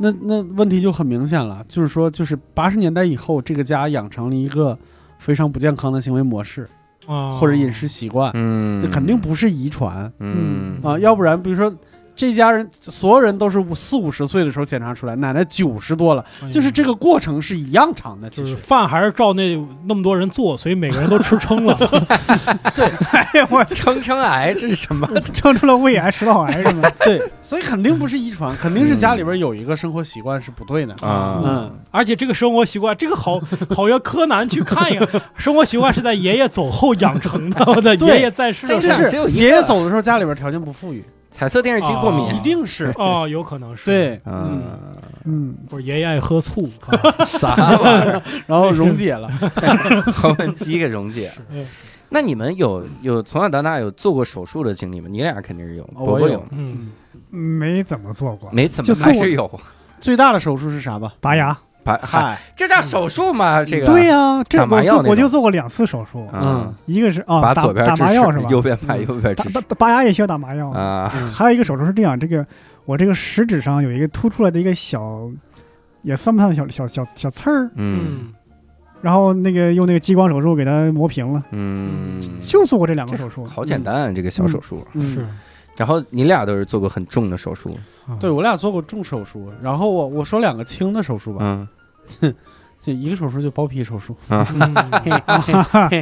C: 那那问题就很明显了，就是说就是八十年代以后，这个家养成了一个非常不健康的行为模式
E: 啊
A: 哦
C: 或者饮食习惯，
A: 嗯，
C: 这肯定不是遗传
A: 嗯，
C: 啊，要不然比如说。这家人所有人都是五四五十岁的时候检查出来，奶奶九十多了，
A: 哎
C: 就是这个过程是一样长的。其
E: 就
C: 实
E: 是饭还是照那那么多人做，所以每个人都吃 撑了。
B: 哎呀，我
A: 撑撑癌这是什么？
B: 撑出了胃癌、食道癌 是吗？
C: 对，所以肯定不是遗传，肯定是家里边有一个生活习惯是不对的。
A: 嗯啊，
C: 嗯，
E: 而且这个生活习惯，这个好好约柯南去看一 看，生活习惯是在爷爷走后养成的。我的
C: 对
E: 爷爷在世
A: 这
E: 的
C: 就
E: 时
A: 事
E: 候
A: 儿只有
C: 是
A: 一个
C: 爷爷走的时候，家里边条件不富裕，
A: 彩色电视机过敏
E: 啊
C: 一，定是
E: 哦，有可能是，
C: 对，嗯，
A: 嗯，
B: 嗯，
E: 或者爷爷爱喝醋，啊
A: 啥玩意儿？
C: 然后溶 解了，
A: 横纹肌给溶解
E: 嗯。
A: 那你们有有从小到大有做过手术的经历吗？你俩肯定是有，伯
C: 哦
A: 伯
C: 我
A: 有
C: 有
A: 吗，
E: 嗯，
B: 没怎么做过，
A: 没怎么
B: 就做
A: 还是有，
C: 最大的手术是啥吧？
B: 拔牙。
A: 把嗨，
C: 嗨，
A: 这叫手术吗？这个
B: 对呀，这
A: 打麻
B: 我
A: 药
B: 做
A: 那种
B: 我就做过两次手术，
A: 嗯，
B: 一个是啊
A: 把
B: 打
A: 左边
B: 打
A: 智
B: 麻药是吧
A: 齿，？右边拔，右边
B: 打
A: 智
B: 拔
A: 齿
B: 拔拔牙也需要打麻药。
A: 啊，
B: 还有一个手术是这样，这个我这个食指上有一个凸出来的一个小，也算不上小小小小刺儿，
A: 嗯
E: 嗯，
B: 然后那个用那个激光手术给它磨平了，
A: 嗯，
B: 就做过这两个手术。
A: 好简单，啊这个小手术。
C: 嗯
E: 是，啊
A: 然后你俩都是做过很重的手术，
C: 对我俩做过重手术，然后我我说两个轻的手术吧，
A: 嗯
C: 就一个手术就包 皮手术，
E: 嗯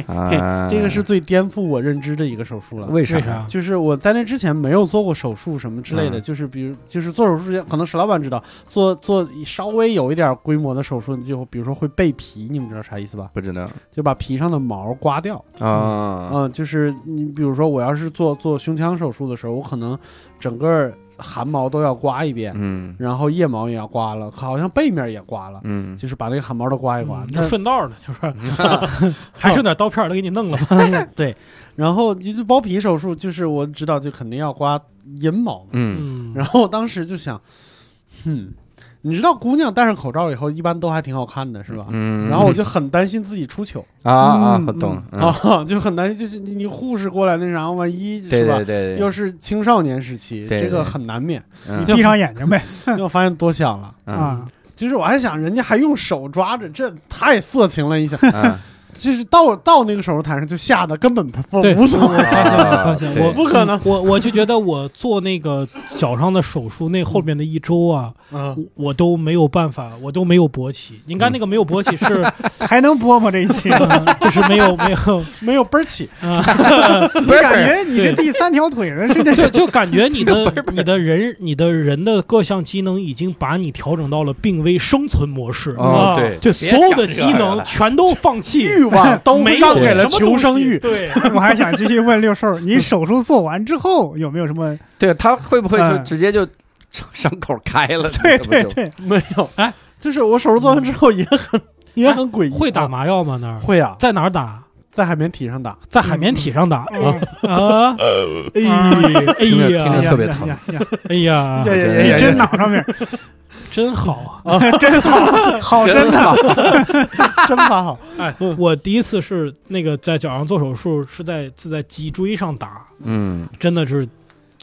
A: 啊，
C: 这个是最颠覆我认知的一个手术了。
A: 为啥？
E: 为啥？
C: 就是我在那之前没有做过手术什么之类的，
A: 嗯
C: 就是比如就是做手术之前，可能史老板知道，做做稍微有一点规模的手术，就比如说会备皮，你们知道啥意思吧？
A: 不知道
C: 就把皮上的毛刮掉。
A: 啊，
C: 嗯，就是你比如说我要是做做胸腔手术的时候，我可能整个汗毛都要刮一遍，
A: 嗯
C: 然后腋毛也要刮了，好像背面也刮了，
A: 嗯，
C: 就是把那个汗毛都刮一刮。
E: 就
C: 但
E: 顺道的，就是 还剩点刀片儿都给你弄了吧。
C: 对，然后就就包皮手术，就是我知道就肯定要刮阴毛嘛。
A: 嗯
E: 嗯，
C: 然后我当时就想，哼，你知道姑娘戴上口罩以后一般都还挺好看的，是吧？
A: 嗯，
C: 然后我就很担心自己出糗、
A: 啊啊，我懂啊，
C: 啊， 就很担心，就是你你护士过来那啥，万一
A: 对
C: 是吧
A: 对？对
C: 又
A: 对，
C: 是青少年时期，
A: 对
C: 这个
A: 对
C: 很难免。
B: 你
A: 嗯
B: 闭上眼睛呗
C: 因为我发现多想了，
A: 嗯
B: 啊！
C: 就是我还想人家还用手抓着，这太色情了。你想，
A: 嗯，
C: 就是到到那个手术台上就吓得根本不
E: 对
C: 无所谓，
E: 发现了，发现了
A: 啊
E: 我
C: 不可 能。
E: 我我就觉得我做那个脚上的手术那后面的一周啊，
C: 嗯，
E: 我我都没有办法，我都没有勃起。应该那个没有勃起是，
B: 还能播吗这一期？
E: 就是没有没有
C: 没有倍儿起，
E: 啊，
B: 你感觉你是第三条腿了似的？
E: 就就感觉你 的你的人你的人的各项机能已经把你调整到了病危生存模式，
A: 哦对，
E: 就所有的机能全都放弃，
C: 欲望都
E: 没
C: 让
E: 有
C: 给了
E: 什么
C: 求
E: 东西
C: 生欲。 哎
E: 对，
B: 我还想继续问六兽，你手术做完之后有没有什么？
A: 对他会不会就
B: 嗯
A: 直接就 伤伤口开了？
B: 对
A: 这不
B: 对
A: 就
B: 对，
C: 没有，
E: 哎，
C: 就是我手术做完之后也很、也很诡异，
E: 会打？麻药吗？那儿
C: 会啊，
E: 在哪儿打？
C: 在海绵体上打，
E: 在海绵体上打
B: 嗯
E: 啊！哎哎
A: 听
E: 呀
A: 嗯着特别疼
B: 呀呀呀
E: 哎呀，
C: 呀呀
A: 对
B: 你
C: 呀
B: 真
C: 呀！
B: 脑上面，
E: 真好啊！
B: 好真的，
A: 好，
C: 真发好，
A: 哎
E: 嗯我第一次是那个在脚上做手术，是在是在脊椎上打，
A: 嗯
E: 真的是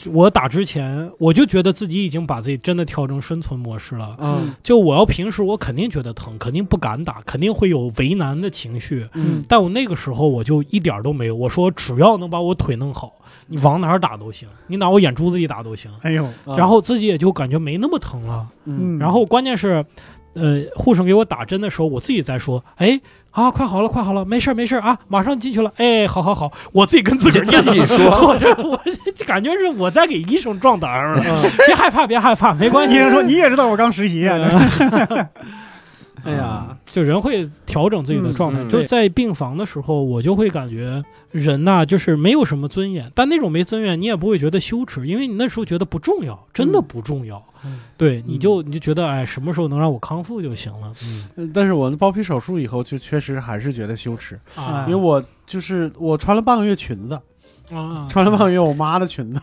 E: 我打之前我就觉得自己已经把自己真的调成生存模式了。
C: 嗯
E: 就我要平时我肯定觉得疼，肯定不敢打，肯定会有为难的情绪。
C: 嗯
E: 但我那个时候我就一点儿都没有，我说只要能把我腿弄好，你往哪儿打都行，你拿我眼珠子一打都行。
B: 哎呦，
E: 嗯然后自己也就感觉没那么疼了。
C: 啊嗯
B: 嗯，
E: 然后关键是，呃，护士给我打针的时候，我自己在说，哎，啊，快好了，快好了，没事儿，没事儿啊，马上进去了，哎，好好好，我自己跟自个儿念
A: 自己
E: 叨
A: 说，
E: 我这我这感觉是我在给医生壮胆儿了， 别害怕，别害怕，没关
B: 医
E: 系。
B: 生说你也知道我刚实习啊，
E: 嗯
C: 哎呀，
E: 就人会调整自己的状态，
A: 嗯嗯
E: 就在病房的时候，我就会感觉人呐、就是没有什么尊严，但那种没尊严，你也不会觉得羞耻，因为你那时候觉得不重要，真的不重要。
C: 嗯
E: 对，你就你就觉得，哎，什么时候能让我康复就行了。嗯
C: 但是我包皮手术以后就确实还是觉得羞耻，
E: 啊
C: 因为我就是我穿了半个月裙子，
E: 啊，
C: 穿了半个月我妈的裙子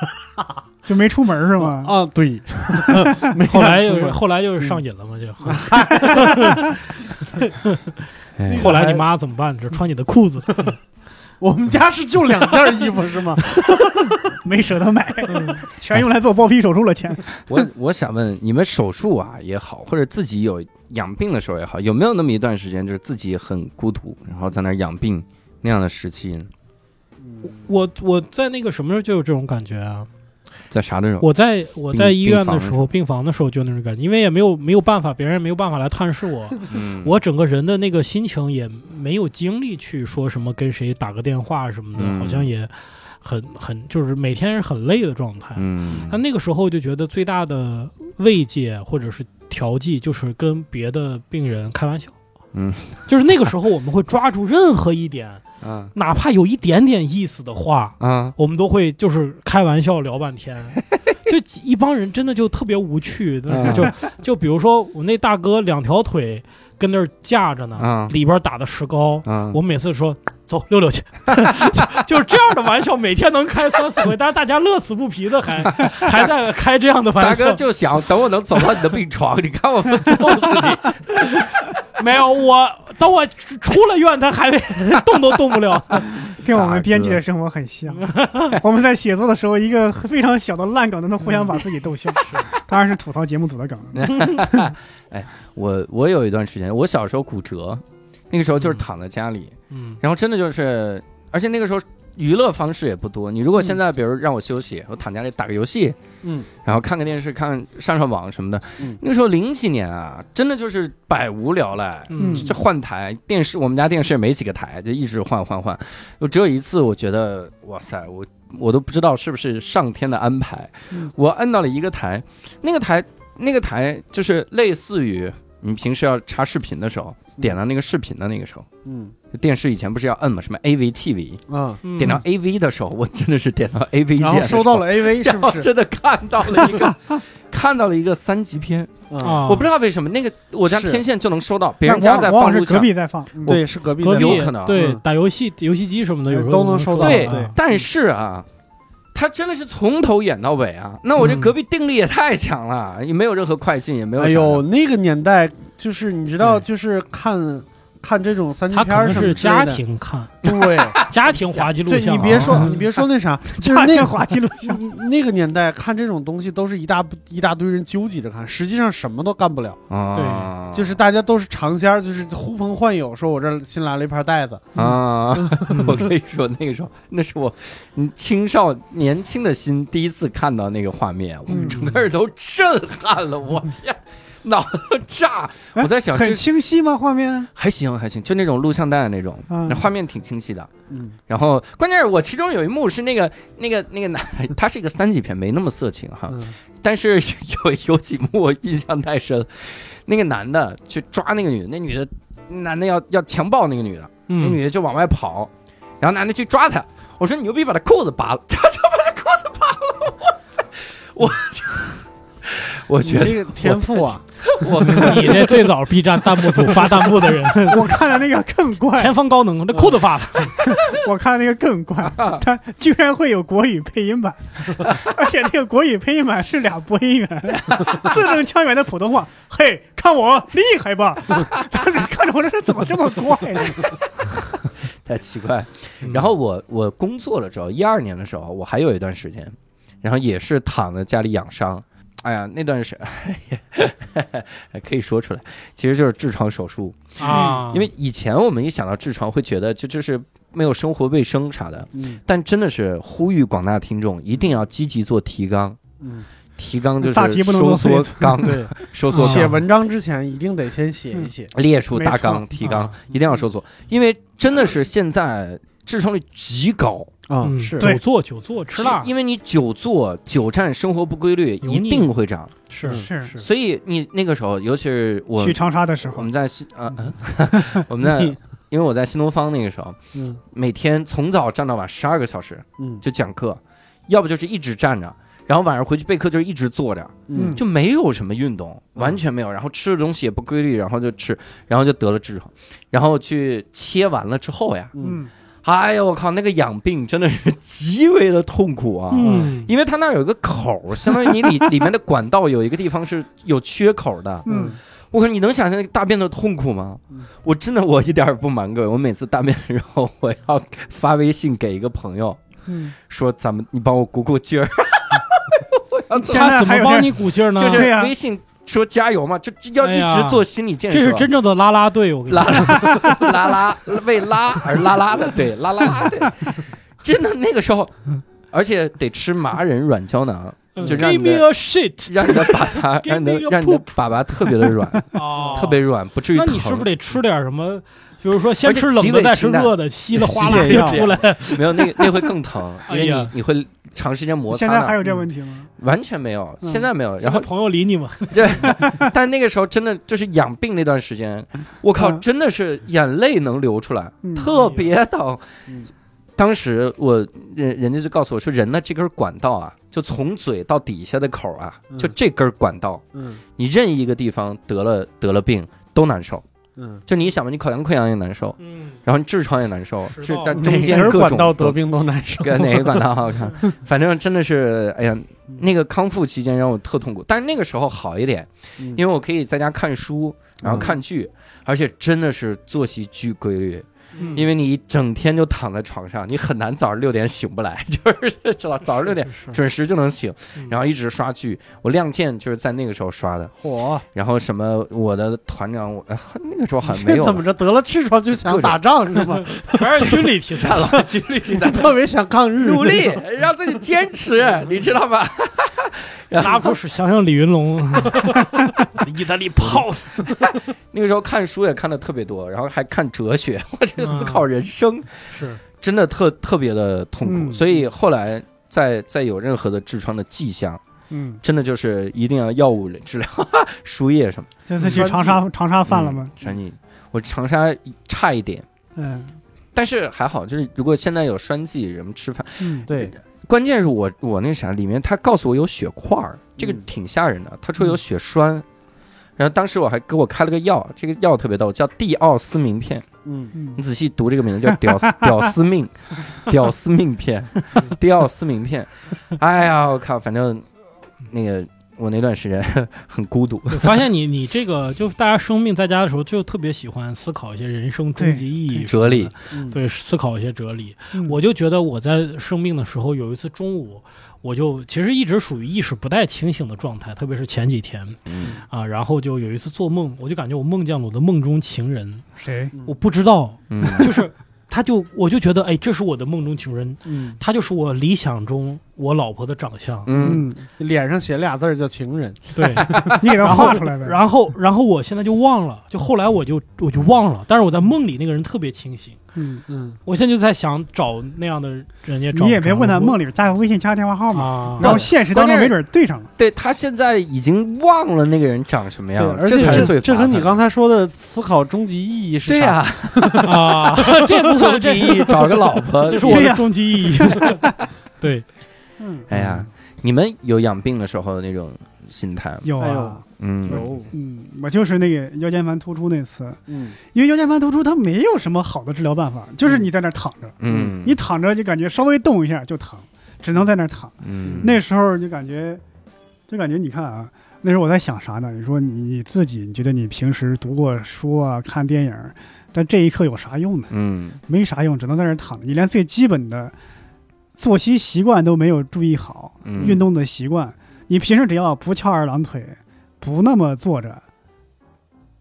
B: 就没出门是吗？
C: 啊，对，没
E: 后来就
C: 敢出
E: 是
C: 门
E: 后来就是上瘾了 嘛，就
A: 哎
E: 后来你妈怎么办？只穿你的裤子，
C: 我们家是就两件衣服是吗？
B: 没舍得买，
A: 嗯
B: 全用来做包皮手术了 钱。
A: 我我想问你们手术啊也好，或者自己有养病的时候也好，有没有那么一段时间就是自己很孤独，然后在那儿养病那样的时期呢？
E: 我我在那个什么时候就有这种感觉啊？
A: 在啥的时候？
E: 我在我在
A: 病
E: 医院
A: 病房的
E: 的时
A: 时
E: 候，
A: 候
E: 病房的时候就那种感觉，因为也没有没有办法，别人也没有办法来探视我，
A: 嗯
E: 我整个人的那个心情也没有精力去说什么跟谁打个电话什么的，
A: 嗯
E: 好像也很很就是每天是很累的状态。
A: 嗯
E: 那那个时候就觉得最大的慰藉或者是调剂，就是跟别的病人开玩笑。
A: 嗯，
E: 就是那个时候我们会抓住任何一点，
A: 啊
E: 哪怕有一点点意思的话，
A: 啊
E: 我们都会就是开玩笑聊 半天。就一帮人真的就特别无趣，
A: 啊
E: 就就比如说我那大哥两条腿跟那儿架着呢，
A: 啊
E: 里边打的石膏，
A: 啊！
E: 我每次说走溜溜去， 就是这样的玩笑，每天能开三四回，但是大家乐此不疲 的还还在开这样的玩
A: 大
E: 笑
A: 哥。就想等我能走到你的病床，你看 我们揍死你！
E: 没有我，等我出出了院，他还没动都动不了。
B: 跟我们编剧的生活很 像。我们在写作的时候，一个非常小的烂梗都能互相把自 己逗笑，当然是吐槽节目组的梗。
A: 我我有一段时间，我小时候骨折，那个时候就是躺在家里，
E: 嗯，
A: 然后真的就是，而且那个时候娱乐方式也不多。你如果现在比如让我休息，我躺家里打个游戏，
C: 嗯，
A: 然后看个电视，看上上网什么的。
C: 嗯
A: 那个时候零几年啊，真的就是百无聊赖。
E: 嗯
A: 这换台电视，我们家电视也没几个台，就一直换换换。我只有一次，我觉得哇塞，我我都不知道是不是上天的安排，
C: 嗯
A: 我按到了一个台，那个台那个台就是类似于你平时要查视频的时候，点到那个视频的那个时候，
C: 嗯
A: 电视以前不是要摁嘛，什么 AVTV，
C: 啊，
E: 嗯
A: 点到 AV 的时候， 我真的是点到 AV 键
C: 然后
A: 的时
C: 收
A: 候，
C: 到了 AV 是
A: 然
C: 不
A: 后
C: 是？
A: 真的看到了一 个看到了一个三级片，
C: 啊，
E: 啊，
A: 我不知道为什么那个我家天线就能收 到，别人
B: 那
A: 家
B: 往
A: 在
B: 往往
A: 放
B: 是
A: 录
B: 隔
A: 像。
B: 壁在放，嗯
C: 对，是隔壁
E: 隔
C: 的
E: 壁
A: 有可能
E: 对
C: 嗯
E: 打游戏、游戏机什么的，有时候
C: 都能
E: 能
C: 收
E: 到
C: 到嗯
E: 啊。
A: 对
C: 对
A: 但是啊，他真的是从头演到尾啊！那我这
E: 嗯
A: 隔壁定力也太强了，也没有任何快进，也没有
C: 哎
A: 啥的。
C: 呦，那个年代就是你知道，
A: 对
C: 就是看看这种三级
E: 嗯他
C: 片
E: 可
C: 儿
E: 能
C: 什么
E: 是
C: 之类
E: 家
C: 的，
E: 庭看，
C: 对
A: 啊
E: 家庭滑 稽录
C: 对，
E: 像啊。
C: 你别说
E: 嗯
C: 你别说那啥，就是
B: 大
C: 那
B: 天滑稽录像。
C: 你那个年代看这种东西都是一大一大堆人纠集着看，实际上什么都干不了，
A: 啊，
C: 就是大家都是尝鲜儿，就是呼朋唤友，说我这儿新来了一盘带子，
A: 啊， 我跟你说，那个时候那是我嗯青少年轻的心第一次看到那个画面，我
B: 嗯
A: 整个人都震撼了，我天， 脑子炸！
B: 哎
A: 我在想，这
B: 很清晰吗？画面
A: 还行还行，就那种录像带那种，
B: 嗯
A: 那画面挺清晰的。
C: 嗯，
A: 然后，关键是我其中有一幕是那个、那个、那个男，他是一个三级片，没那么色情
E: 啊
A: 哈，
C: 嗯
A: 但是有 有几幕我印象太深了。那个男的去抓那个女的，那女的，男的要要强暴那个女的，那
E: 嗯，
A: 女的就往外跑，然后男的去抓她。我说你牛逼，把她裤子拔了， 他就把她裤子拔了，哇塞，我我
C: 你
A: 觉得
C: 这个天赋啊，
A: 我
E: 你这最早 B 站弹幕组发弹幕的人，
B: 我看的那个更 怪，
E: 前方高能，这裤子发了。
B: 我看的那个更怪，它居然会有国语配音版， 而且那个国语配音版是俩播音员，字正腔圆的普通话。嘿，看我厉害吧？ 当时看着我这是怎么这么怪呢？
A: 太奇怪了。
E: 嗯
A: 嗯然后我我工作了之后，一二年的时候，我还有一段时间，然后也是躺在家里养伤。哎呀，那段时 间可以说出来，其实就是痔疮手术。嗯
E: 啊，
A: 因为以前我们一想到痔疮，会觉得就就是没有生活卫生啥的。
C: 嗯
A: 但真的是呼吁广大听众，一定要积极做提纲。
C: 嗯，
A: 提纲就是
B: 大题不能
A: 收
B: 多
A: 缩
B: 废
A: 纲，
C: 对，
A: 收缩
E: 啊
A: 纲
C: 写文章之前一定得先写一写，
A: 列出大纲
B: 没错
A: 提纲
E: 啊，
A: 一定要收缩，因为真的是现在痔疮率极高。
C: 啊
E: 嗯
C: 是，
E: 久坐久坐吃辣，
A: 因为你久坐、久站、生活不规律，
E: 油
A: 一
E: 腻
A: 定会长。
E: 是
B: 是
E: 是嗯
A: 所以你那个时候，尤其是我
B: 去，长沙的时
A: 我
B: 候
A: 们，在新啊， 我们在，因为我在新东方那个时候，
C: 嗯
A: 每天从早站到晚十二个小时
C: 嗯
A: 就讲课，要不就是一直站着。然后晚上回去备课就是一直坐着，
C: 嗯
B: 嗯
A: 就没有什么运动，
C: 嗯
A: 完全没有。然后吃的东西也不规律，然后就吃，然后就得了痔疮。然后去切完了之后呀，
C: 嗯
B: 嗯，
A: 哎呦我靠，那个养病真的是 极为的痛苦啊！
E: 嗯，
A: 因为它那儿有一个口儿，相当于你里里面的管道有一个地方是有缺口的。
B: 嗯，
A: 我靠，你能想象那个大便的痛苦吗
C: 嗯？
A: 我真的我一点儿也不瞒各位，我每次大便的时候，我要发微信给一个朋友
B: 嗯，
A: 说：“咱们你帮我鼓鼓劲儿。
B: 现
E: 他
B: 在
E: 怎
B: 还
E: 么
B: 有
E: 帮
B: 这
E: 你鼓劲儿”呢？
A: 就是
B: 对呀
A: 微信说加油嘛，就就要
E: 哎
A: 一
E: 呀
A: 直做心理建设。
E: 这是真正的拉拉队，我跟 你
A: 拉拉拉拉为拉而拉拉的，对拉拉拉的，真的那个时候，而且得吃麻仁软胶囊，
E: 说
A: 就让你
E: 嗯，Give me a shit
A: 让你的粑粑
E: Give
A: 让你
E: me
A: 的
E: your
A: 让你的粑粑特别的软，
E: 啊，
A: 特别软，不至于
E: 那
A: 疼。
E: 你是不是得吃点什么？比如说，先
A: 而且
E: 吃冷
A: 极
E: 的，
A: 为
E: 再吃
A: 清淡
E: 热的，稀里哗
C: 吸
E: 啦
C: 眼
E: 就
C: 药
E: 出来。
A: 没有那个那会更疼，因为
E: 哎
A: 你
E: 呀
A: 你会长时间摩擦
B: 现
A: 呢。
B: 在还有这问题吗？
A: 完全没有，
B: 嗯
A: 现在没有。然后
E: 现在 朋友理你吗？
A: 对，但那个时候真的就是养病那段时间，我靠，
B: 嗯
A: 真的是眼泪能流出来，
B: 嗯
A: 特别疼。
C: 嗯
A: 当时我人人家就告诉我说，人的这根管道啊，就从嘴到底下的口啊，
C: 嗯
A: 就这根管道，
C: 嗯
A: 你任意一个地方得了得了病都难受，
C: 嗯，
A: 就你想吧，你口腔溃疡也难受，
E: 嗯，
A: 然后你痔疮也难受，
E: 食
A: 这
E: 道
A: 在
E: 哪
A: 中间
C: 哪
A: 各
C: 根
A: 种
C: 管道
A: 都
C: 得病都难受。
A: 跟哪个管道好看？反正真的是，哎呀，那个康复期间让我特痛苦，但是那个时候好一点，
C: 嗯因
A: 因为我可以在家看书，然后
C: 嗯
A: 看剧，而且真的是作息巨规律，
E: 嗯
A: 因为你一整天就躺在床上，你很难早上六点醒不来， 就是知道早上六点
E: 是，
A: 准时就能醒，
E: 嗯
A: 然后一直刷剧。我《亮剑》就是在那个时候刷的，
C: 火，
A: 然后什么我的团长，我、 啊那个时候 好像没
C: 这
A: 有
C: 怎么
A: 了，
C: 着得了痔疮就想打仗是吗？
E: 全 是军力题材
A: 战狼局里在
C: 特别想抗 日，
A: 努力让自己坚持，你知道吗？
E: 拉普史想想李云龙， 意大利炮，
A: 那个时候看书也看的特别多，然后还看哲学， 我去思考人生，
E: 是
A: 真的特特别的痛苦。
B: 嗯
A: 所以后来再再有任何的痔疮的迹象，
B: 嗯，
A: 真的就是一定要药物治疗，输液什么。
B: 这次去长沙长沙啊犯了吗？
A: 嗯？栓剂，我长沙差一点，
B: 嗯
A: 但是还好，就是如果现在有栓剂，人们吃饭，
B: 嗯，
C: 对，
A: 关键是我我那啥里面，他告诉我有血块儿，这个
C: 嗯
A: 挺吓人的。他说有血栓，然后当时我还给我开了个药，这个药特别逗，叫地奥司明片。
C: 嗯，
B: 嗯
A: 你仔细读这个名字叫屌丝屌丝命，屌丝命片， 地奥司明片。哎呀，我靠，反正那个我那段时间 很孤独。
E: 我发现你你这个就大家生命在家的时候，就特别喜欢思考一些人生终极意义、
A: 哲理，
C: 嗯，
E: 对，思考一些哲理。
B: 嗯
E: 我就觉得我在生病的时候，有一次中午，我就其实一直属于意识不太清醒的状态，特别是前几天
A: 嗯，
E: 啊，然后就有一次做梦，我就感觉我梦见了我的梦中情人，
B: 谁？
E: 我不知道，
A: 嗯
E: 就是他就我就觉得哎，这是我的梦中情人，
C: 嗯，
E: 他就是我理想中我老婆的长相，
A: 嗯，
B: 嗯，
C: 脸上写俩字儿叫情人，
E: 对。
B: 你给他
E: 然后
B: 画出来呗。
E: 然后，然后我现在就忘了，就后来我就我就忘了，但是我在梦里那个人特别清醒。
B: 嗯，
C: 嗯，
E: 我现在就在想找那样的人家找。
B: 你也别问他
E: 我
B: 梦里边加个微信加个电话号码，
E: 啊，
B: 然后现实当中没准对上了。
A: 对他现在已经忘了那个人长什么样了，
C: 而且
A: 才是
C: 这
A: 最
C: 这和
A: 烦
C: 你
A: 的
C: 刚才说的思考终极意义是
A: 对呀、
C: 啥？
E: 啊， 这不
A: 终
E: 算
A: 极
E: 这，
A: 意义找个老婆，
E: 这是我
B: 对
E: 的
B: 呀
E: 终极 意义。对，
B: 嗯，
A: 哎呀，你们有养病的时候的那种心态吗？
B: 有
C: 哎
B: 啊
C: 呦。
A: 嗯，
C: 有，
B: 嗯，我就是那个腰间盘突出那次，
C: 嗯，
B: 因为腰间盘突出它没有什么好的治疗办法，就是你在那儿躺着，
A: 嗯，
B: 你躺着就感觉稍微动一下就疼，只能在那儿躺。
A: 嗯
B: 那时候就感觉，就感觉你看啊，那时候我在想啥呢？你说你你自己，你觉得你平时读过书啊，看电影，但这一刻有啥用呢？
A: 嗯
B: 没啥用，只能在那儿躺着。你连最基本的作息习惯都没有注意好，
A: 嗯
B: 运动的习惯，你平时只要不翘二郎腿，不那么坐着，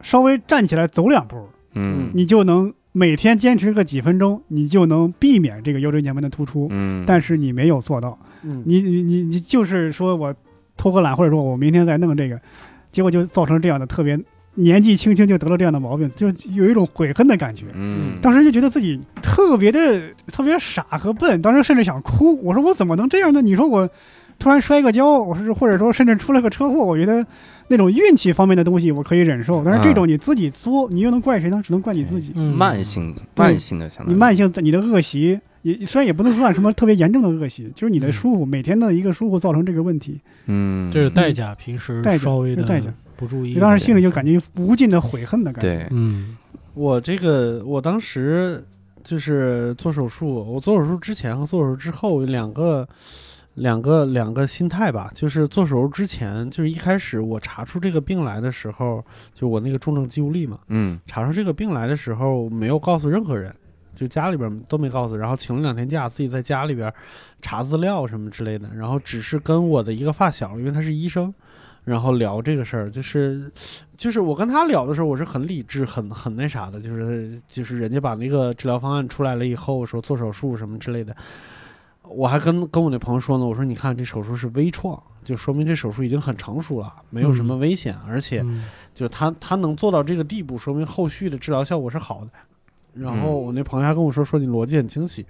B: 稍微站起来走两步，
A: 嗯
B: 你就能每天坚持个几分钟，你就能避免这个腰椎间盘的突出。
A: 嗯，
B: 但是你没有做到，
C: 嗯，
B: 你你你你就是说我偷个懒，或者说我明天再弄这个，结果就造成这样的特别年纪轻轻就得了这样的毛病，就有一种悔恨的感觉。
A: 嗯，
B: 当时就觉得自己特别的特别傻和笨，当时甚至想哭。我说我怎么能这样呢？你说我突然摔个跤，我是或者说甚至出了个车祸，我觉得那种运气方面的东西我可以忍受，但是这种你自己作，你又能怪谁呢？只能怪你自己。
E: 嗯
A: 慢，性的慢性的相当于
B: 你慢性你的恶习，也虽然也不能算什么特别严重的恶习，就是你的疏忽，每天的一个疏忽造成这个问题。
A: 嗯，
E: 这是代价，平时
B: 代价
E: 稍微
B: 这是
E: 的
B: 嗯代价
E: 不注意。
B: 你当时心里就感觉无尽的悔恨的感觉。
A: 对，
E: 嗯
C: 我这个我当时就是做手术，我做手术之前和做手术之后两个两个两个心态吧，就是做手术之前，就是一开始我查出这个病来的时候，就我那个重症肌无力嘛，
A: 嗯
C: 查出这个病来的时候没有告诉任何人，就家里边都没告诉，然后请了两天假，自己在家里边查资料什么之类的，然后只是跟我的一个发小，因为他是医生。然后聊这个事儿，就是，就是我跟他聊的时候，我是很理智、很很那啥的，就是就是人家把那个治疗方案出来了以后，说做手术什么之类的，我还跟跟我那朋友说呢，我说你看这手术是微创，就说明这手术已经很成熟了，没有什么危险，而且
E: 嗯
C: 就是他他能做到这个地步，说明后续的治疗效果是好的。然后我那朋友还跟我说，说你逻辑很清晰，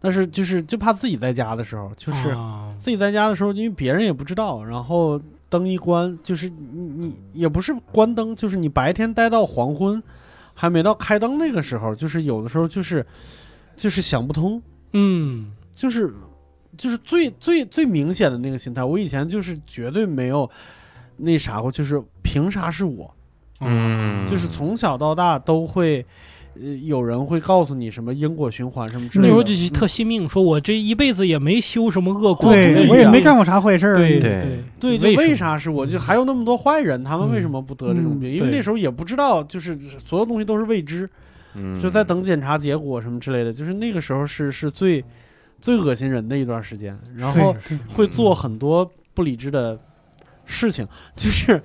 C: 但是就是就怕自己在家的时候，就是
E: 啊
C: 自己在家的时候，因为别人也不知道，然后灯一关，就是你你也不是关灯，就是你白天待到黄昏，还没到开灯那个时候，就是有的时候就是就是想不通，
E: 嗯
C: 就是就是最最最明显的那个心态。我以前就是绝对没有那啥过，就是凭啥是我？
E: 啊
A: 嗯，
C: 就是从小到大都会，呃，有人会告诉你什么因果循环什么之
E: 那
C: 类的。
E: 时候就特惜命，说我这一辈子也没修什么恶果，
C: 对
B: 对我也
C: 呀
B: 没干过啥坏事儿。
E: 对
A: 对
C: 对，就为？啥是我就还有那么多坏人，他们为什么不得这种病？因为
E: 嗯对
C: 那时候也不知道，就是所有东西都是未知，
A: 嗯
C: 就在等检查结果什么之类的。就是那个时候是是最最恶心人的一段时间，然后
B: 对
C: 会
A: 嗯
C: 做很多不理智的事情，就是。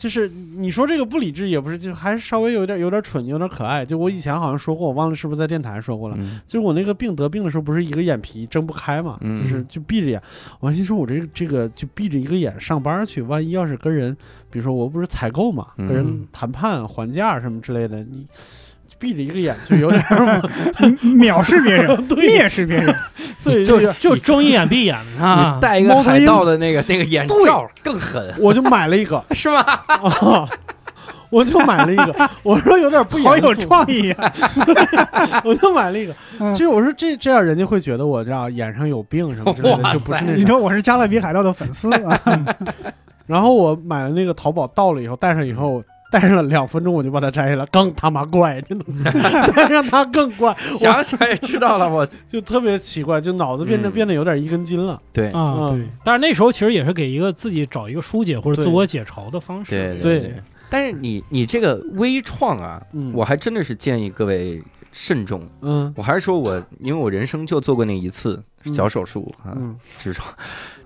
C: 就是你说这个不理智也不是，就还是稍微有点有点蠢，有点可爱。就我以前好像说过，我忘了是不是在电台说过了。
A: 嗯
C: 就是我那个病得病的时候，不是一个眼皮睁不开嘛，
A: 嗯
C: 就是就闭着眼。我心说，我这个这个就闭着一个眼上班去，万一要是跟人，比如说我不是采购嘛，
A: 嗯
C: 跟人谈判还价什么之类的，你闭着一个眼就有点儿
B: 藐视别人，蔑视别人，
C: 对，
E: 就
C: 这个
E: 就睁一眼闭一眼的啊
A: 你，戴一个
C: 猫头
A: 海
C: 鹰
A: 盗的那个那个眼罩更狠，，
C: 我就买了一个
A: 是吧？
C: 啊我就买了一个，我说有点不严肃
B: 好有创意啊！
C: 我就买了一个
B: 嗯。
C: 就我说这这样人家会觉得我这样眼上有病什么之类
A: 哇
C: 的，就不是
A: 塞
C: 那
B: 你
C: 种。
B: 说我是加勒比海盗的粉丝啊？
C: 然后我买了那个淘宝到了以后，戴上以后。 戴上了两分钟，我就把它摘下来，更他妈怪， 真的，戴上它更怪， 我
A: 想起来也知道 了，我
C: 就特别奇怪，就脑子变得
A: 嗯
C: 变得有点一根筋了。
A: 对
E: 啊，
C: 嗯
E: 对。但是那时候其实也是给一个自己找一个疏解或者
C: 对
E: 自我解嘲的方式。
A: 对
C: 对
A: 对。但是你你这个微创啊，
C: 嗯，
A: 我还真的是建议各位慎重。
C: 嗯
A: 我还是说我，因为我人生就做过那一次
C: 嗯
A: 小手术啊，
C: 嗯
A: 痔疮，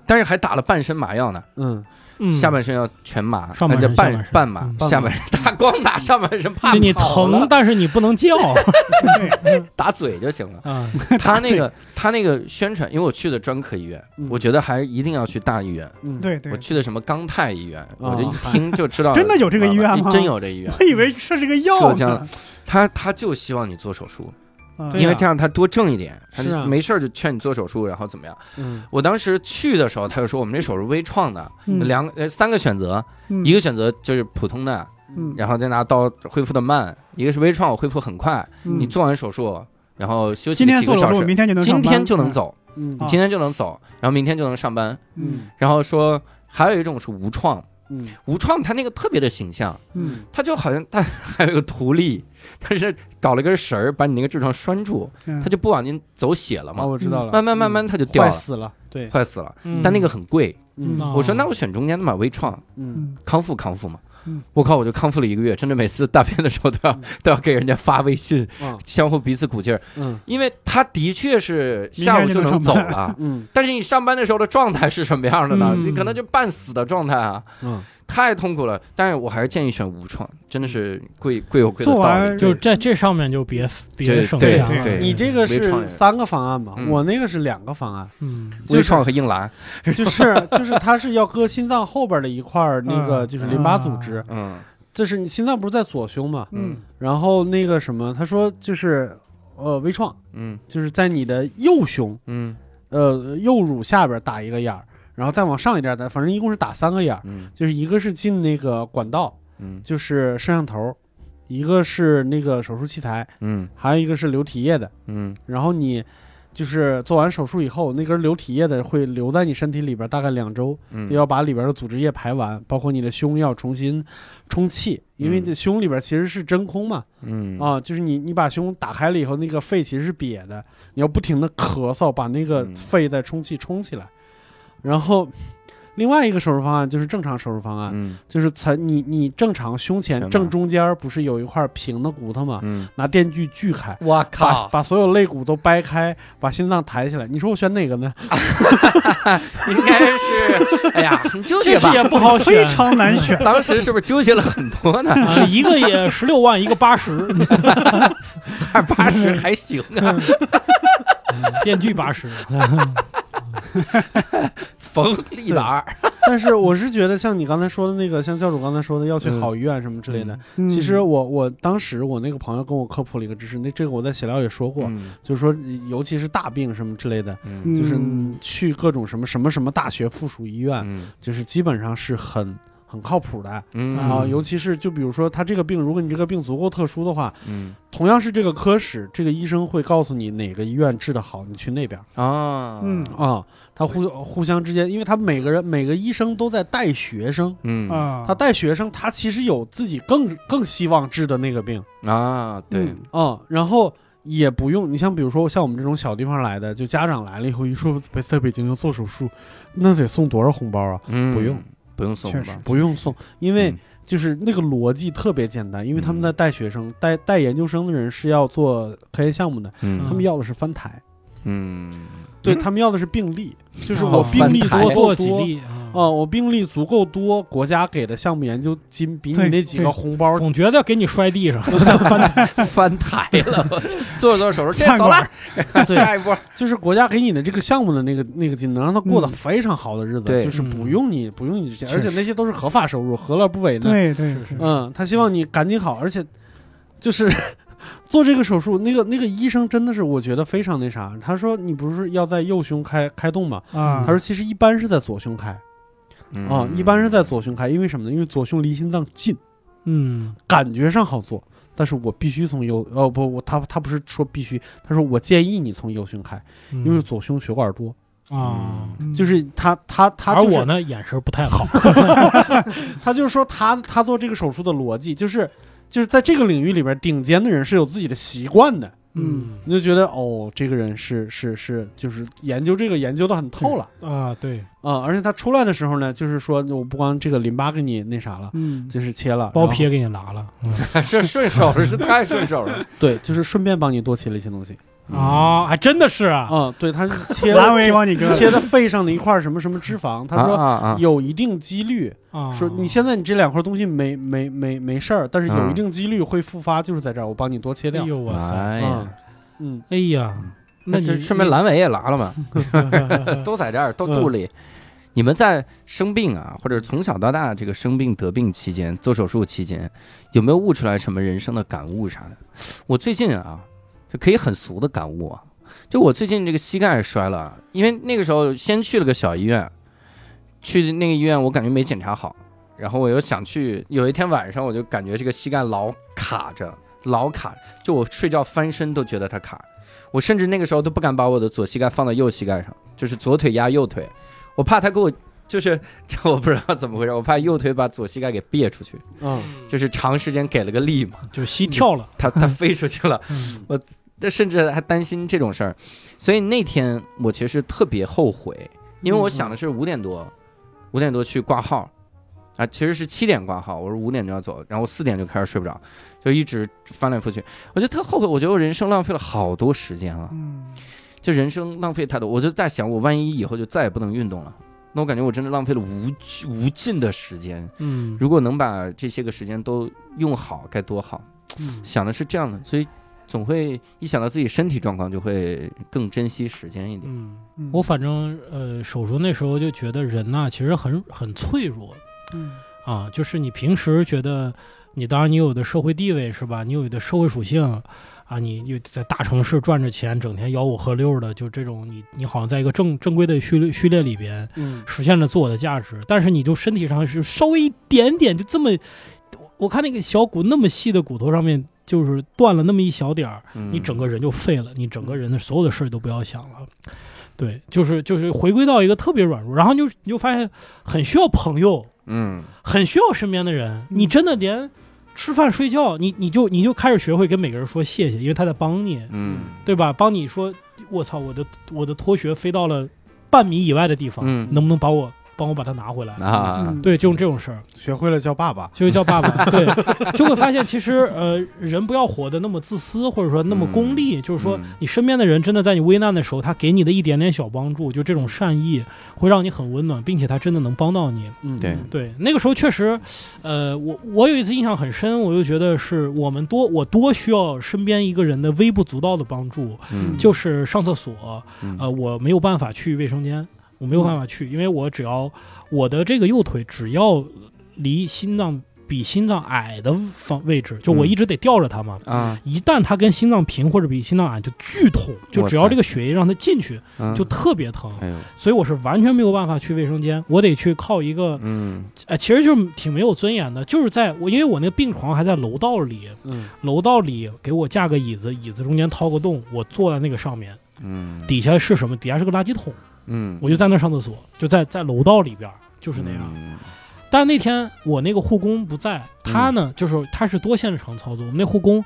A: 但是还打了半身麻药呢，
C: 嗯，
E: 嗯，
A: 下半身要全麻，
E: 上半
A: 呃
E: 身
A: 这半
E: 下半身
A: 半麻
E: 嗯，
C: 半麻
A: 下半身打光打上半身，怕
E: 就你
A: 跑
E: 疼，
A: 了
E: 但是你不 能叫
A: 打嘴就行 了。
E: 啊。
A: 他那个他那个宣传，因为我去的专科医院，
C: 嗯
A: 我觉得还一定要去大医院。
C: 嗯，
B: 对对哦
A: 我，去的什么冈泰医院，我就一听就知道
B: 真的有这个医院吗
A: 真有这医院
B: 我。以为这是个药
A: 浙
B: 呢
A: 江。他他就希望你做手术，
B: 啊
C: 对
A: 因为
C: 呀
A: 这样他多挣一点，他
C: 是啊
A: 没事儿就劝你做手术，然后怎么样？
C: 嗯
A: 我当时去的时候，他就说我们这手术微创的，
B: 嗯
A: 两个呃三个选择，
B: 嗯
A: 一个选择就是普通的，
B: 嗯
A: 然后再拿刀恢复的慢；一个是微创，我恢复很快。
B: 嗯
A: 你做完手术，然后休息
B: 今天
A: 几
B: 做
A: 个
B: 手
A: 小
B: 术，
A: 时，
B: 明天就能上
A: 今
B: 班
A: 天就能。走，
C: 嗯
A: 你
B: 啊
A: 今天就能走，然后明天就能上班。
B: 嗯
A: 然后说还有一种是无创，
C: 嗯
A: 无创它那个特别的形象，
B: 嗯
A: 它就好像它还有个图例，它是搞了根绳儿把你那个痔疮拴住，
B: 嗯
A: 它，就不往进走血了
C: 啊，
A: 嘛，
C: 我知道了，
A: 慢慢慢慢它就
C: 嗯
A: 掉
C: 坏
A: 了，
C: 死了，对，
A: 坏死了。
E: 嗯
A: 但那个很贵，
C: 嗯
E: 哦
A: 我说那我选中间的嘛，微创
C: 嗯
B: 嗯
A: 康复康复嘛
B: 嗯。
A: 我靠，我就康复了一个月，真的每次大便的时候都要
C: 嗯
A: 都要给人家发微信，
C: 啊
A: 相互彼此鼓劲儿，
C: 嗯
A: 因为他的确是下午就能走了，
C: 嗯
A: 但是你上班的时候的状态是什么样的呢？
E: 嗯
A: 你可能就半死的状态啊，
C: 嗯，
A: 太痛苦了。但是我还是建议选无创，真的是贵贵有贵的
B: 做
A: 道
B: 完
A: 理。
E: 就在这上面就别别
A: 对
E: 省
A: 对
E: 钱了。啊
A: 对
C: 你这个
A: 微创
C: 是
A: 也
C: 三个方案吧？
A: 嗯
C: 我那个是两个方案。
E: 嗯，
A: 微创和硬兰，
C: 就是 就是它是要割心脏后边的一块儿那个就是淋巴组织，
A: 嗯
C: 就是你心脏不是在左胸嘛，
B: 嗯
C: 然后那个什么，他说就是呃微创，
A: 嗯
C: 就是在你的右胸
A: 嗯
C: 呃右乳下边打一个眼儿，然后再往上一点儿打，反正一共是打三个眼儿，
A: 嗯
C: 就是一个是进那个管道，
A: 嗯
C: 就是摄像头，一个是那个手术器材，
A: 嗯
C: 还有一个是流体液的，
A: 嗯
C: 然后你。就是做完手术以后，那根流体液的会留在你身体里边大概两周，
A: 嗯，
C: 要把里边的组织液排完，包括你的胸要重新充气，因为
A: 嗯
C: 这胸里边其实是真空嘛，
A: 嗯
C: 啊，就是你你把胸打开了以后，那个肺其实是瘪的，你要不停的咳嗽，把那个
A: 嗯
C: 肺再充气充起来。然后，另外一个手术方案就是正常手术方案，
A: 嗯
C: 就是才你你正常胸
A: 全麻
C: 前正中间儿不是有一块平的骨头嘛，
A: 嗯，
C: 拿电锯锯开。
A: 我
C: 把
A: 靠，
C: 把所有肋骨都掰开，把心脏抬起来。你说我选哪个呢？
A: 应该 是，哎呀，很纠
E: 这
A: 结
E: 是
A: 吧？
E: 也 不好
B: 非
E: 选。
B: 常难选。
A: 当时是不是纠结了很多 呢？
E: 啊，一个也十六万，一个八十，
A: 二八十还行啊，
E: 电锯 八十，
A: 哦缝一百二。
C: 但是我是觉得像你刚才说的那个，像教主刚才说的，要去
A: 嗯
C: 好医院什么之类的。
B: 嗯
C: 其实我我当时我那个朋友跟我科普了一个知识，那这个我在闲聊也说过，
A: 嗯
C: 就是说尤其是大病什么之类的，
A: 嗯
C: 就是
B: 嗯
C: 去各种什么什么什么大学附属医院，
A: 嗯
C: 就是基本上是很很靠谱的
A: 嗯
C: 啊，
E: 嗯
C: 尤其是就比如说他这个病，如果你这个病足够特殊的话，
A: 嗯
C: 同样是这个科室，这个医生会告诉你哪个医院治得好，你去那边儿
A: 啊
B: 嗯
C: 啊。他互互相之间，因为他每个人每个医生都在带学生，
A: 嗯
B: 啊，
C: 他带学生，他其实有自己更更希望治的那个病
A: 啊对
B: 嗯
C: 啊、然后也不用你像比如说像我们这种小地方来的，就家长来了以后一说北在北京要做手术，那得送多少红包啊？
A: 嗯
C: 不用
A: 不用送
B: 确
A: 吧
B: 实
C: 不用送，因为
A: 嗯
C: 就是那个逻辑特别简单，因为他们在带学生、带带研究生的人是要做科研项目的，
A: 嗯
C: 他们要的是翻台，
A: 嗯
C: 对
B: 嗯
C: 他们要的是病例，就是
E: 哦
C: 我病例
A: 翻台
C: 足
E: 多
C: 够
E: 做几
C: 多。
E: 例
A: 哦
C: 啊、我病例足够多，国家给的项目研究金比你
B: 对
C: 那几个
B: 对
C: 红包
E: 总觉得给你摔 地上。
A: 翻台 了，做着做着手术，这
B: 饭
A: 走
B: 馆
A: 了， 下一波
C: 就是国家给你的这个项目的那个那个金能让他过得非常好的日子，
A: 对
C: 就是不
E: 嗯
C: 用你不用你这些，
A: 确
C: 而且那些都是合法收入，何乐不为呢？
B: 对对
E: 是是
B: 对
C: 嗯，他希望你赶紧好，而且就是 做这个手术，那个那个医生真的是我觉得非常那啥，他说你不是要在右胸开开洞吗？
B: 啊，
C: 他说其实一般是在左胸开啊、
A: 嗯
C: 一般是在左胸开，因为什么呢？因为左胸离心脏近，
E: 嗯，
C: 感觉上好做。但是我必须从右，哦不，我他他不是说必须，他说我建议你从右胸开，
E: 嗯
C: 因为左胸血管多，
E: 啊，
B: 嗯
C: 就是他他他
E: 而
C: 就是
E: 我呢，眼神不 太好。
C: 他就是说他他做这个手术的逻辑就是就是在这个领域里边顶尖的人是有自己的习惯的，
E: 嗯
C: 你就觉得哦这个人是是是就是研究这个研究的很透了
E: 啊，对，
C: 啊、而且他出来的时候呢，就是说我不光这个淋巴给你那啥了。
B: 嗯，
C: 就是切了
E: 包，
C: 然
E: 皮
C: 后
E: 也给你拿了。嗯
A: 是顺手是太顺手 了
C: 对，就是顺便帮你多切了一些东西
A: 嗯
E: 啊，还真的是啊。
C: 啊、对， 他是切
B: 阑
C: 了
B: 尾往你哥，
C: 切了肺上的一块什么什么脂肪，他说
A: 啊啊
C: 有一定几率
E: 啊，
C: 说哦你现在你这两块东西没没没没事儿，但是
A: 嗯
C: 有一定几率会复发，就是在这儿，我帮你多切
E: 哎
C: 掉。
E: 呦我
A: 啊！
E: 塞，
A: 哎
C: 嗯
A: 呀，
C: 嗯，
E: 哎呀，那
A: 这
E: 你
A: 顺便阑尾也拉了 嘛，都在这儿，都肚里。你们在生病啊，或者从小到大这个生病得病期间、做手术期间，有没有悟出来什么人生的感悟啥的？我最近啊，就可以很俗的感悟啊，就我最近这个膝盖摔了，因为那个时候先去了个小医院，去那个医院我感觉没检查好，然后我又想去，有一天晚上我就感觉这个膝盖老卡着，老卡，就我睡觉翻身都觉得它卡，我甚至那个时候都不敢把我的左膝盖放到右膝盖上，就是左腿压右腿，我怕它给我就是 我不知道怎么回事，我怕右腿把左膝盖给别出去，
C: 嗯，
A: 就是长时间给了个力嘛，
E: 就膝跳了，
A: 它它飞出去了。
E: 嗯
A: 但甚至还担心这种事儿，所以那天我其实特别后悔，因为我想的是五点多，五点多去挂号，啊，其实是七点挂号，我是五点就要走，然后四点就开始睡不着，就一直翻来覆去，我就特后悔，我觉得我人生浪费了好多时间啊，
B: 嗯，
A: 就人生浪费太多，我就在想，我万一以后就再也不能运动了，那我感觉我真的浪费了无无尽的时间，
E: 嗯，
A: 如果能把这些个时间都用好，该多好。
E: 嗯
A: 想的是这样的，所以总会一想到自己身体状况，就会更珍惜时间一点。
E: 嗯，
B: 嗯
E: 我反正呃，手术那时候就觉得人呐、其实很很脆弱
B: 嗯
E: 啊，就是你平时觉得你当然你有的社会地位是吧，你有的社会属性啊，你又在大城市赚着钱，整天吆五喝六的，就这种你你好像在一个正正规的序列序列里边，
C: 嗯
E: 实现了自我的价值，但是你就身体上是稍微一点点，就这么，我看那个小骨那么细的骨头上面就是断了那么一小点儿，
A: 嗯
E: 你整个人就废了，你整个人的所有的事儿都不要想了。对，就是就是回归到一个特别软弱，然后就你就发现很需要朋友，
A: 嗯
E: 很需要身边的人。你真的连吃饭睡觉，你你就你就开始学会跟每个人说谢谢，因为他在帮你，
A: 嗯
E: 对吧？帮你说，我操，我的我的拖鞋飞到了半米以外的地方，
A: 嗯
E: 能不能帮我帮我把它拿回来？
A: 啊
B: 嗯
E: 对，就用这种事儿，
C: 学会了叫爸爸。
E: 就叫 爸爸。对，就会发现其实呃，人不要活得那么自私，或者说那么功利，就是说
A: 嗯
E: 你身边的人真的在你危难的时候，他给你的一点点小帮助，就这种善意会让你很温暖，并且他真的能帮到你。
C: 嗯，
A: 对
E: 对，那个时候确实，呃，我我有一次印象很深，我就觉得是我们多我多需要身边一个人的微不足道的帮助，
A: 嗯
E: 就是上厕所，
A: 嗯
E: 呃，我没有办法去卫生间，我没有办法去，因为我只要我的这个右腿只要离心脏比心脏矮的方位置，
A: 嗯
E: 就我一直得吊着它嘛。
A: 啊，
E: 一旦它跟心脏平或者比心脏矮，就剧痛，就只要
A: 哇塞
E: 这个血液让它进去，
A: 嗯
E: 就特别疼。
A: 哎呦，
E: 所以我是完全没有办法去卫生间，我得去靠一个，
A: 嗯
E: 呃，其实就是挺没有尊严的，就是在我因为我那个病床还在楼道里，
C: 嗯，
E: 楼道里给我架个椅子，椅子中间掏个洞，我坐在那个上面，
A: 嗯
E: 底下是什么？底下是个垃圾桶，
A: 嗯，
E: 我就在那上厕所，就在在楼道里边儿，就是那样。
A: 嗯
E: 但那天我那个护工不在，他
A: 嗯
E: 呢就是他是多线程操作，我们那护工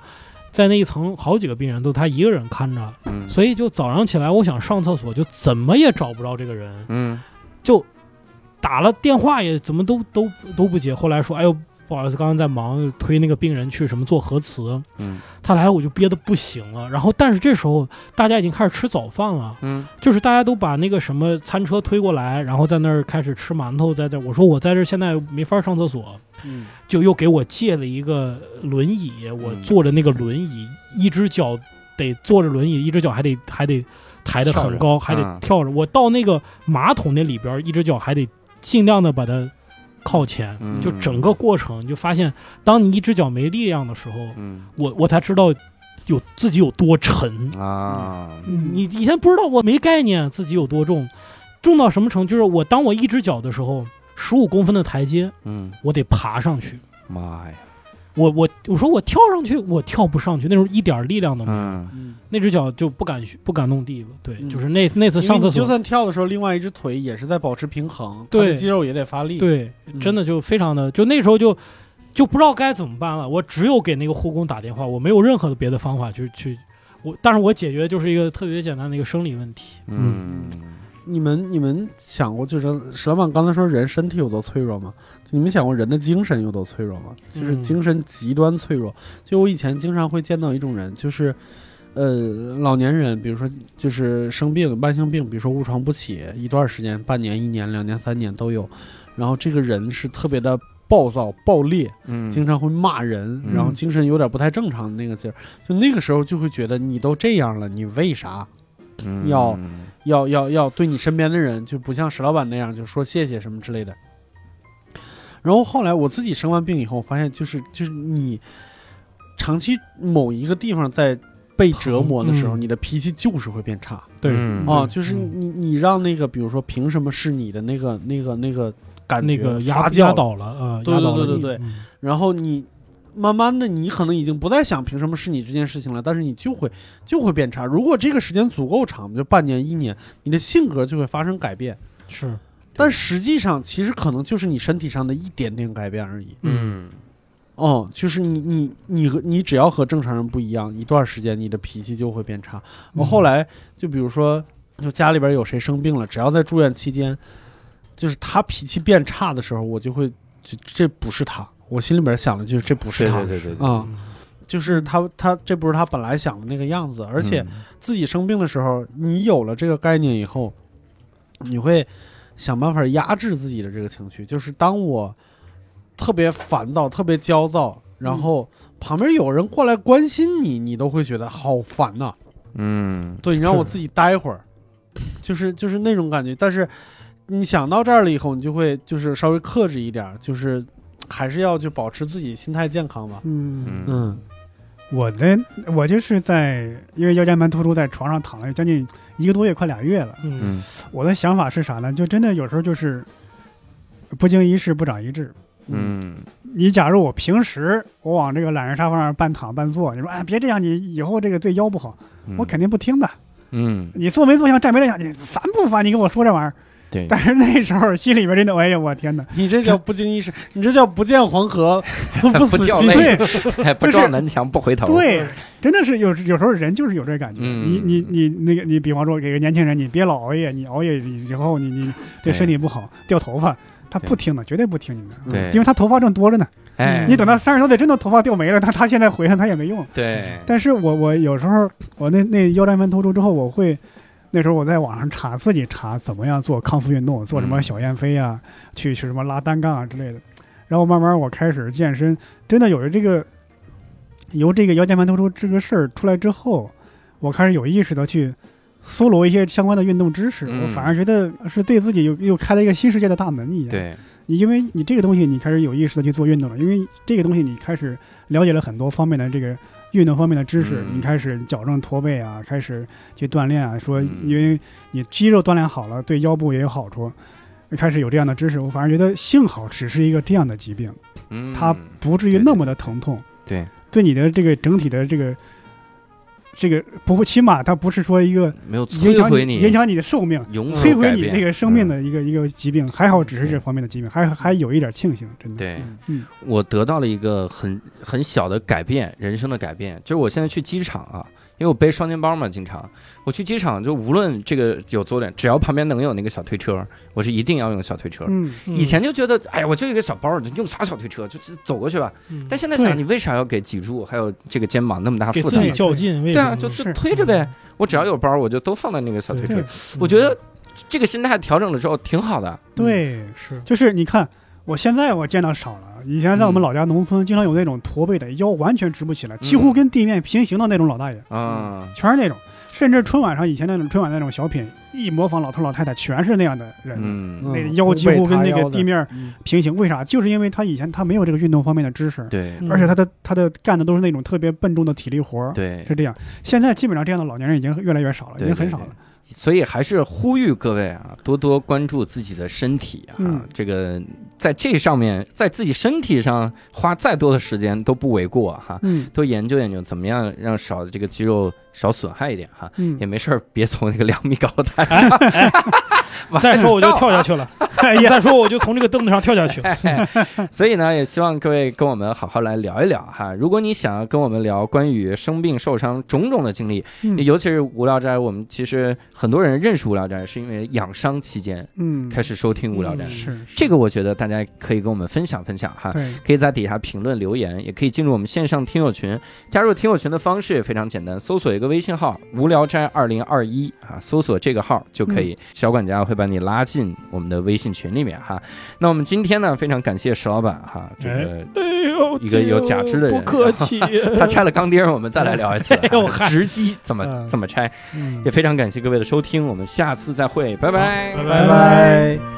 E: 在那一层好几个病人都他一个人看着，
A: 嗯
E: 所以就早上起来我想上厕所就怎么也找不着这个人，
A: 嗯
E: 就打了电话也怎么都都都不接，后来说哎呦。不好意思，刚刚在忙，推那个病人去什么做核磁，
A: 嗯
E: 他来了我就憋得不行了。然后，但是这时候大家已经开始吃早饭了，
A: 嗯
E: 就是大家都把那个什么餐车推过来，然后在那儿开始吃馒头，在这儿我说我在这儿现在没法上厕所，
C: 嗯，
E: 就又给我借了一个轮椅，我
A: 嗯
E: 坐着那个轮椅，一只脚得坐着轮椅，一只脚还得还得抬得很高，还
A: 跳着啊
E: 得跳着。我到那个马桶那里边儿，一只脚还得尽量的把它靠前。
A: 嗯
E: 就整个过程，你就发现，当你一只脚没力量的时候，
A: 嗯
E: 我我才知道有自己有多沉。
A: 啊，
B: 嗯
E: 你以前不知道，我没概念自己有多重，重到什么程度？就是我当我一只脚的时候，十五公分的台阶，
A: 嗯，
E: 我得爬上去。
A: 妈呀，
E: 我我我说我跳上去，我跳不上去，那时候一点力量都没有，
A: 嗯
C: 嗯，
E: 那只脚就不敢不敢弄地了。对，
C: 嗯
E: 就是那那次
C: 因为
E: 上
C: 你
E: 厕
C: 就
E: 所，
C: 算跳的时候，另外一只腿也是在保持平衡，它
E: 对
C: 的肌肉也得发力。，
E: 对，
C: 嗯
E: 真的就非常的，就那时候就就不知道该怎么办了。我只有给那个护工打电话，我没有任何的别的方法去去。我，但是我解决就是一个特别简单的一个生理问题。
A: 嗯
C: 你们你们想过，就是石老板刚才说人身体有多脆弱吗？你们想过人的精神有多脆弱吗？就是
E: 嗯
C: 精神极端脆弱。就我以前经常会见到一种人，就是，呃，老年人，比如说就是生病慢性病，比如说卧床不起一段时间，半年、一年、两年、三年都有，然后这个人是特别的暴躁、暴烈，
A: 嗯，
C: 经常会骂人，然后
B: 嗯
C: 精神有点不太正常的那个劲儿，就那个时候就会觉得你都这样了，你为啥
A: 嗯
C: 要要要要对你身边的人，就不像石老板那样就说谢谢什么之类的。然后后来我自己生完病以后，发现就是就是你长期某一个地方在被折磨的时候，
E: 嗯
C: 你的脾气就是会变差
E: 对，
A: 嗯
C: 啊，
E: 对
C: 就是
E: 嗯
C: 你你让那个比如说凭什么是你的那个那个那个感觉
E: 那个压
C: 发酵
E: 压
C: 了，
E: 倒了，呃，
C: 对
E: 压倒
C: 对
E: 了
C: 对
E: 你
C: 对对
E: 嗯
C: 然后你慢慢的你可能已经不再想凭什么是你这件事情了，但是你就会就会变差。如果这个时间足够长，就半年一年，你的性格就会发生改变。
E: 是，
C: 但实际上，其实可能就是你身体上的一点点改变而已。
A: 嗯
C: 哦，就是你你你和你只要和正常人不一样，一段时间你的脾气就会变差。我、
A: 嗯
C: 后来就比如说，就家里边有谁生病了，只要在住院期间，就是他脾气变差的时候，我就会就这不是他，我心里边想的就是这不是
A: 对
C: 他
A: 对对对对，
C: 啊、
E: 嗯
C: 就是他他这不是他本来想的那个样子，而且自己生病的时候，你有了这个概念以后，你会想办法压制自己的这个情绪。就是当我特别烦躁、特别焦躁，然后旁边有人过来关心你，你都会觉得好烦呐、
A: 嗯
C: 对你让
E: 是
C: 我自己待会儿，就是就是那种感觉。但是你想到这儿了以后，你就会就是稍微克制一点儿，就是还是要就保持自己心态健康吧。
B: 嗯，
A: 嗯
C: 嗯
B: 我的我就是在因为腰间盘突出，在床上躺了将近一个多月，快俩月了。
E: 嗯
A: 嗯
B: 我的想法是啥呢？就真的有时候就是不经一事不长一智。
A: 嗯
B: 你假如我平时我往这个懒人沙发上半躺半坐，你说哎别这样，你以后这个对腰不好，
A: 嗯，
B: 我肯定不听的。
A: 嗯
B: 你坐没坐相，站没站相，你烦不烦？你跟我说这玩意儿。
A: 对，
B: 但是那时候心里边真的，哎呀，我天哪！
C: 你这叫不经一事，你这叫不见黄河不死
A: 掉
C: 心
A: 泪。
B: 对
A: 哎，不撞南墙不回头，
B: 对，真的是有有时候人就是有这感觉。
A: 嗯
B: 你你你那个，你比方说给个年轻人，你别老熬夜，你熬夜以后你你对身体不好，掉头发，他不听的，绝对不听你的。
A: 对
B: 嗯因为他头发正多着呢，
A: 哎，
B: 你等到三十多岁真的头发掉没了，他他现在回来他也没用。
A: 对，
B: 但是我我有时候我那那腰间盘突出之后，我会那时候我在网上查自己查怎么样做康复运动，做什么
A: 嗯
B: 小燕飞啊，去去什么拉单杠啊之类的。然后慢慢我开始健身，真的有了这个由这个腰间盘突出这个事儿出来之后，我开始有意识的去搜罗一些相关的运动知识，
A: 嗯
B: 我反而觉得是对自己又又开了一个新世界的大门一样。
A: 对，
B: 你因为你这个东西，你开始有意识的去做运动了，因为这个东西你开始了解了很多方面的这个运动方面的知识，
A: 嗯
B: 你开始矫正驼背啊，开始去锻炼啊，说
A: 嗯
B: 因为你肌肉锻炼好了，对腰部也有好处。开始有这样的知识，我反而觉得幸好只是一个这样的疾病，
A: 嗯，
B: 它不至于那么的疼痛，
A: 对，
B: 对你的这个整体的这个这个不会，起码它不是说一个
A: 没有
B: 影
A: 摧
B: 响
A: 毁
B: 你影响你的寿命，
A: 永久
B: 摧毁
A: 改
B: 你
A: 变嗯
B: 那个生命的一个一个疾病，还好只是这方面的疾病，还还有一点庆幸，真的。
A: 对
B: 嗯，
A: 我得到了一个很很小的改变，人生的改变，就是我现在去机场啊，因为我背双肩包嘛，经常我去机场就无论这个有坐垫，只要旁边能有那个小推车，我是一定要用小推车。
B: 嗯，
A: 以前就觉得，哎呀，我就一个小包，你用啥小推车，就就走过去吧。
E: 嗯
A: 但现在想，
B: 对
A: 你为啥要给脊柱还有这个肩膀那么大
E: 给
A: 负
E: 自己
A: 担？
E: 较劲，为
A: 对啊，
E: 什么嗯
A: 就就
B: 事
A: 推着呗。我只要有包，我就都放在那个小推车
B: 对。
A: 我觉得这个心态调整了之后挺好的。
B: 对，
A: 嗯
E: 是
B: 就是你看，我现在我见到少了，以前
A: 嗯
B: 在我们老家农村，经常有那种驼背的，腰完全直不起来，几
A: 嗯
B: 乎跟地面平行的那种老大爷，
A: 啊，
B: 全是那种。甚至春晚上以前那种春晚那种小品，一模仿老头老太太，全是那样的人。
A: 嗯，
B: 那腰几乎跟那个地面
C: 嗯
B: 平行，为啥？就是因为他以前他没有这个运动方面的知识，
A: 对
E: 嗯
B: 而且他的他的干的都是那种特别笨重的体力活儿，
A: 对
B: 是，这样。现在基本上这样的老年人已经越来越少了，已
A: 对
B: 经很
A: 对
B: 少
A: 对
B: 了。
A: 所以还是呼吁各位啊，多多关注自己的身体啊。
B: 嗯
A: 这个在这上面，在自己身体上花再多的时间都不为过啊哈。
B: 嗯
A: 多研究研究，怎么样让少这个肌肉少损害一点哈。
B: 嗯
A: 也，没事儿，别从那个两米高的台上
E: 哎哎，再说我就跳下去 了，
B: 哎呀，
E: 再说我就从这个凳子上跳下去。
B: 嗯
A: 所以呢，也希望各位跟我们好好来聊一聊哈。如果你想要跟我们聊关于生病、受伤种种的经历，
B: 嗯
A: 尤其是无聊斋，我们其实很多人认识无聊斋是因为养伤期间
B: 嗯，
A: 开始收听无聊斋，
E: 嗯
B: 是
A: 这个我觉得大家可以跟我们分享分享哈。
B: 对，
A: 可以在底下评论留言，也可以进入我们线上听友群。加入听友群的方式也非常简单，搜索一个微信号“无聊斋二零二一”啊，搜索这个号就可以，小管家会把你拉进我们的微信群里面哈。那我们今天呢，非常感谢石老板哈，这个。
E: 哎呦，
A: 一个有假肢的人，
E: 不客气
A: 啊他拆了钢钉儿，我们再来聊一次啊、
E: 哎呦嗨
A: 直击怎么
E: 嗯
A: 怎么拆，
E: 嗯
A: 也非常感谢各位的收听，我们下次再会，拜拜，
E: 好拜
C: 拜
E: 拜
C: 拜。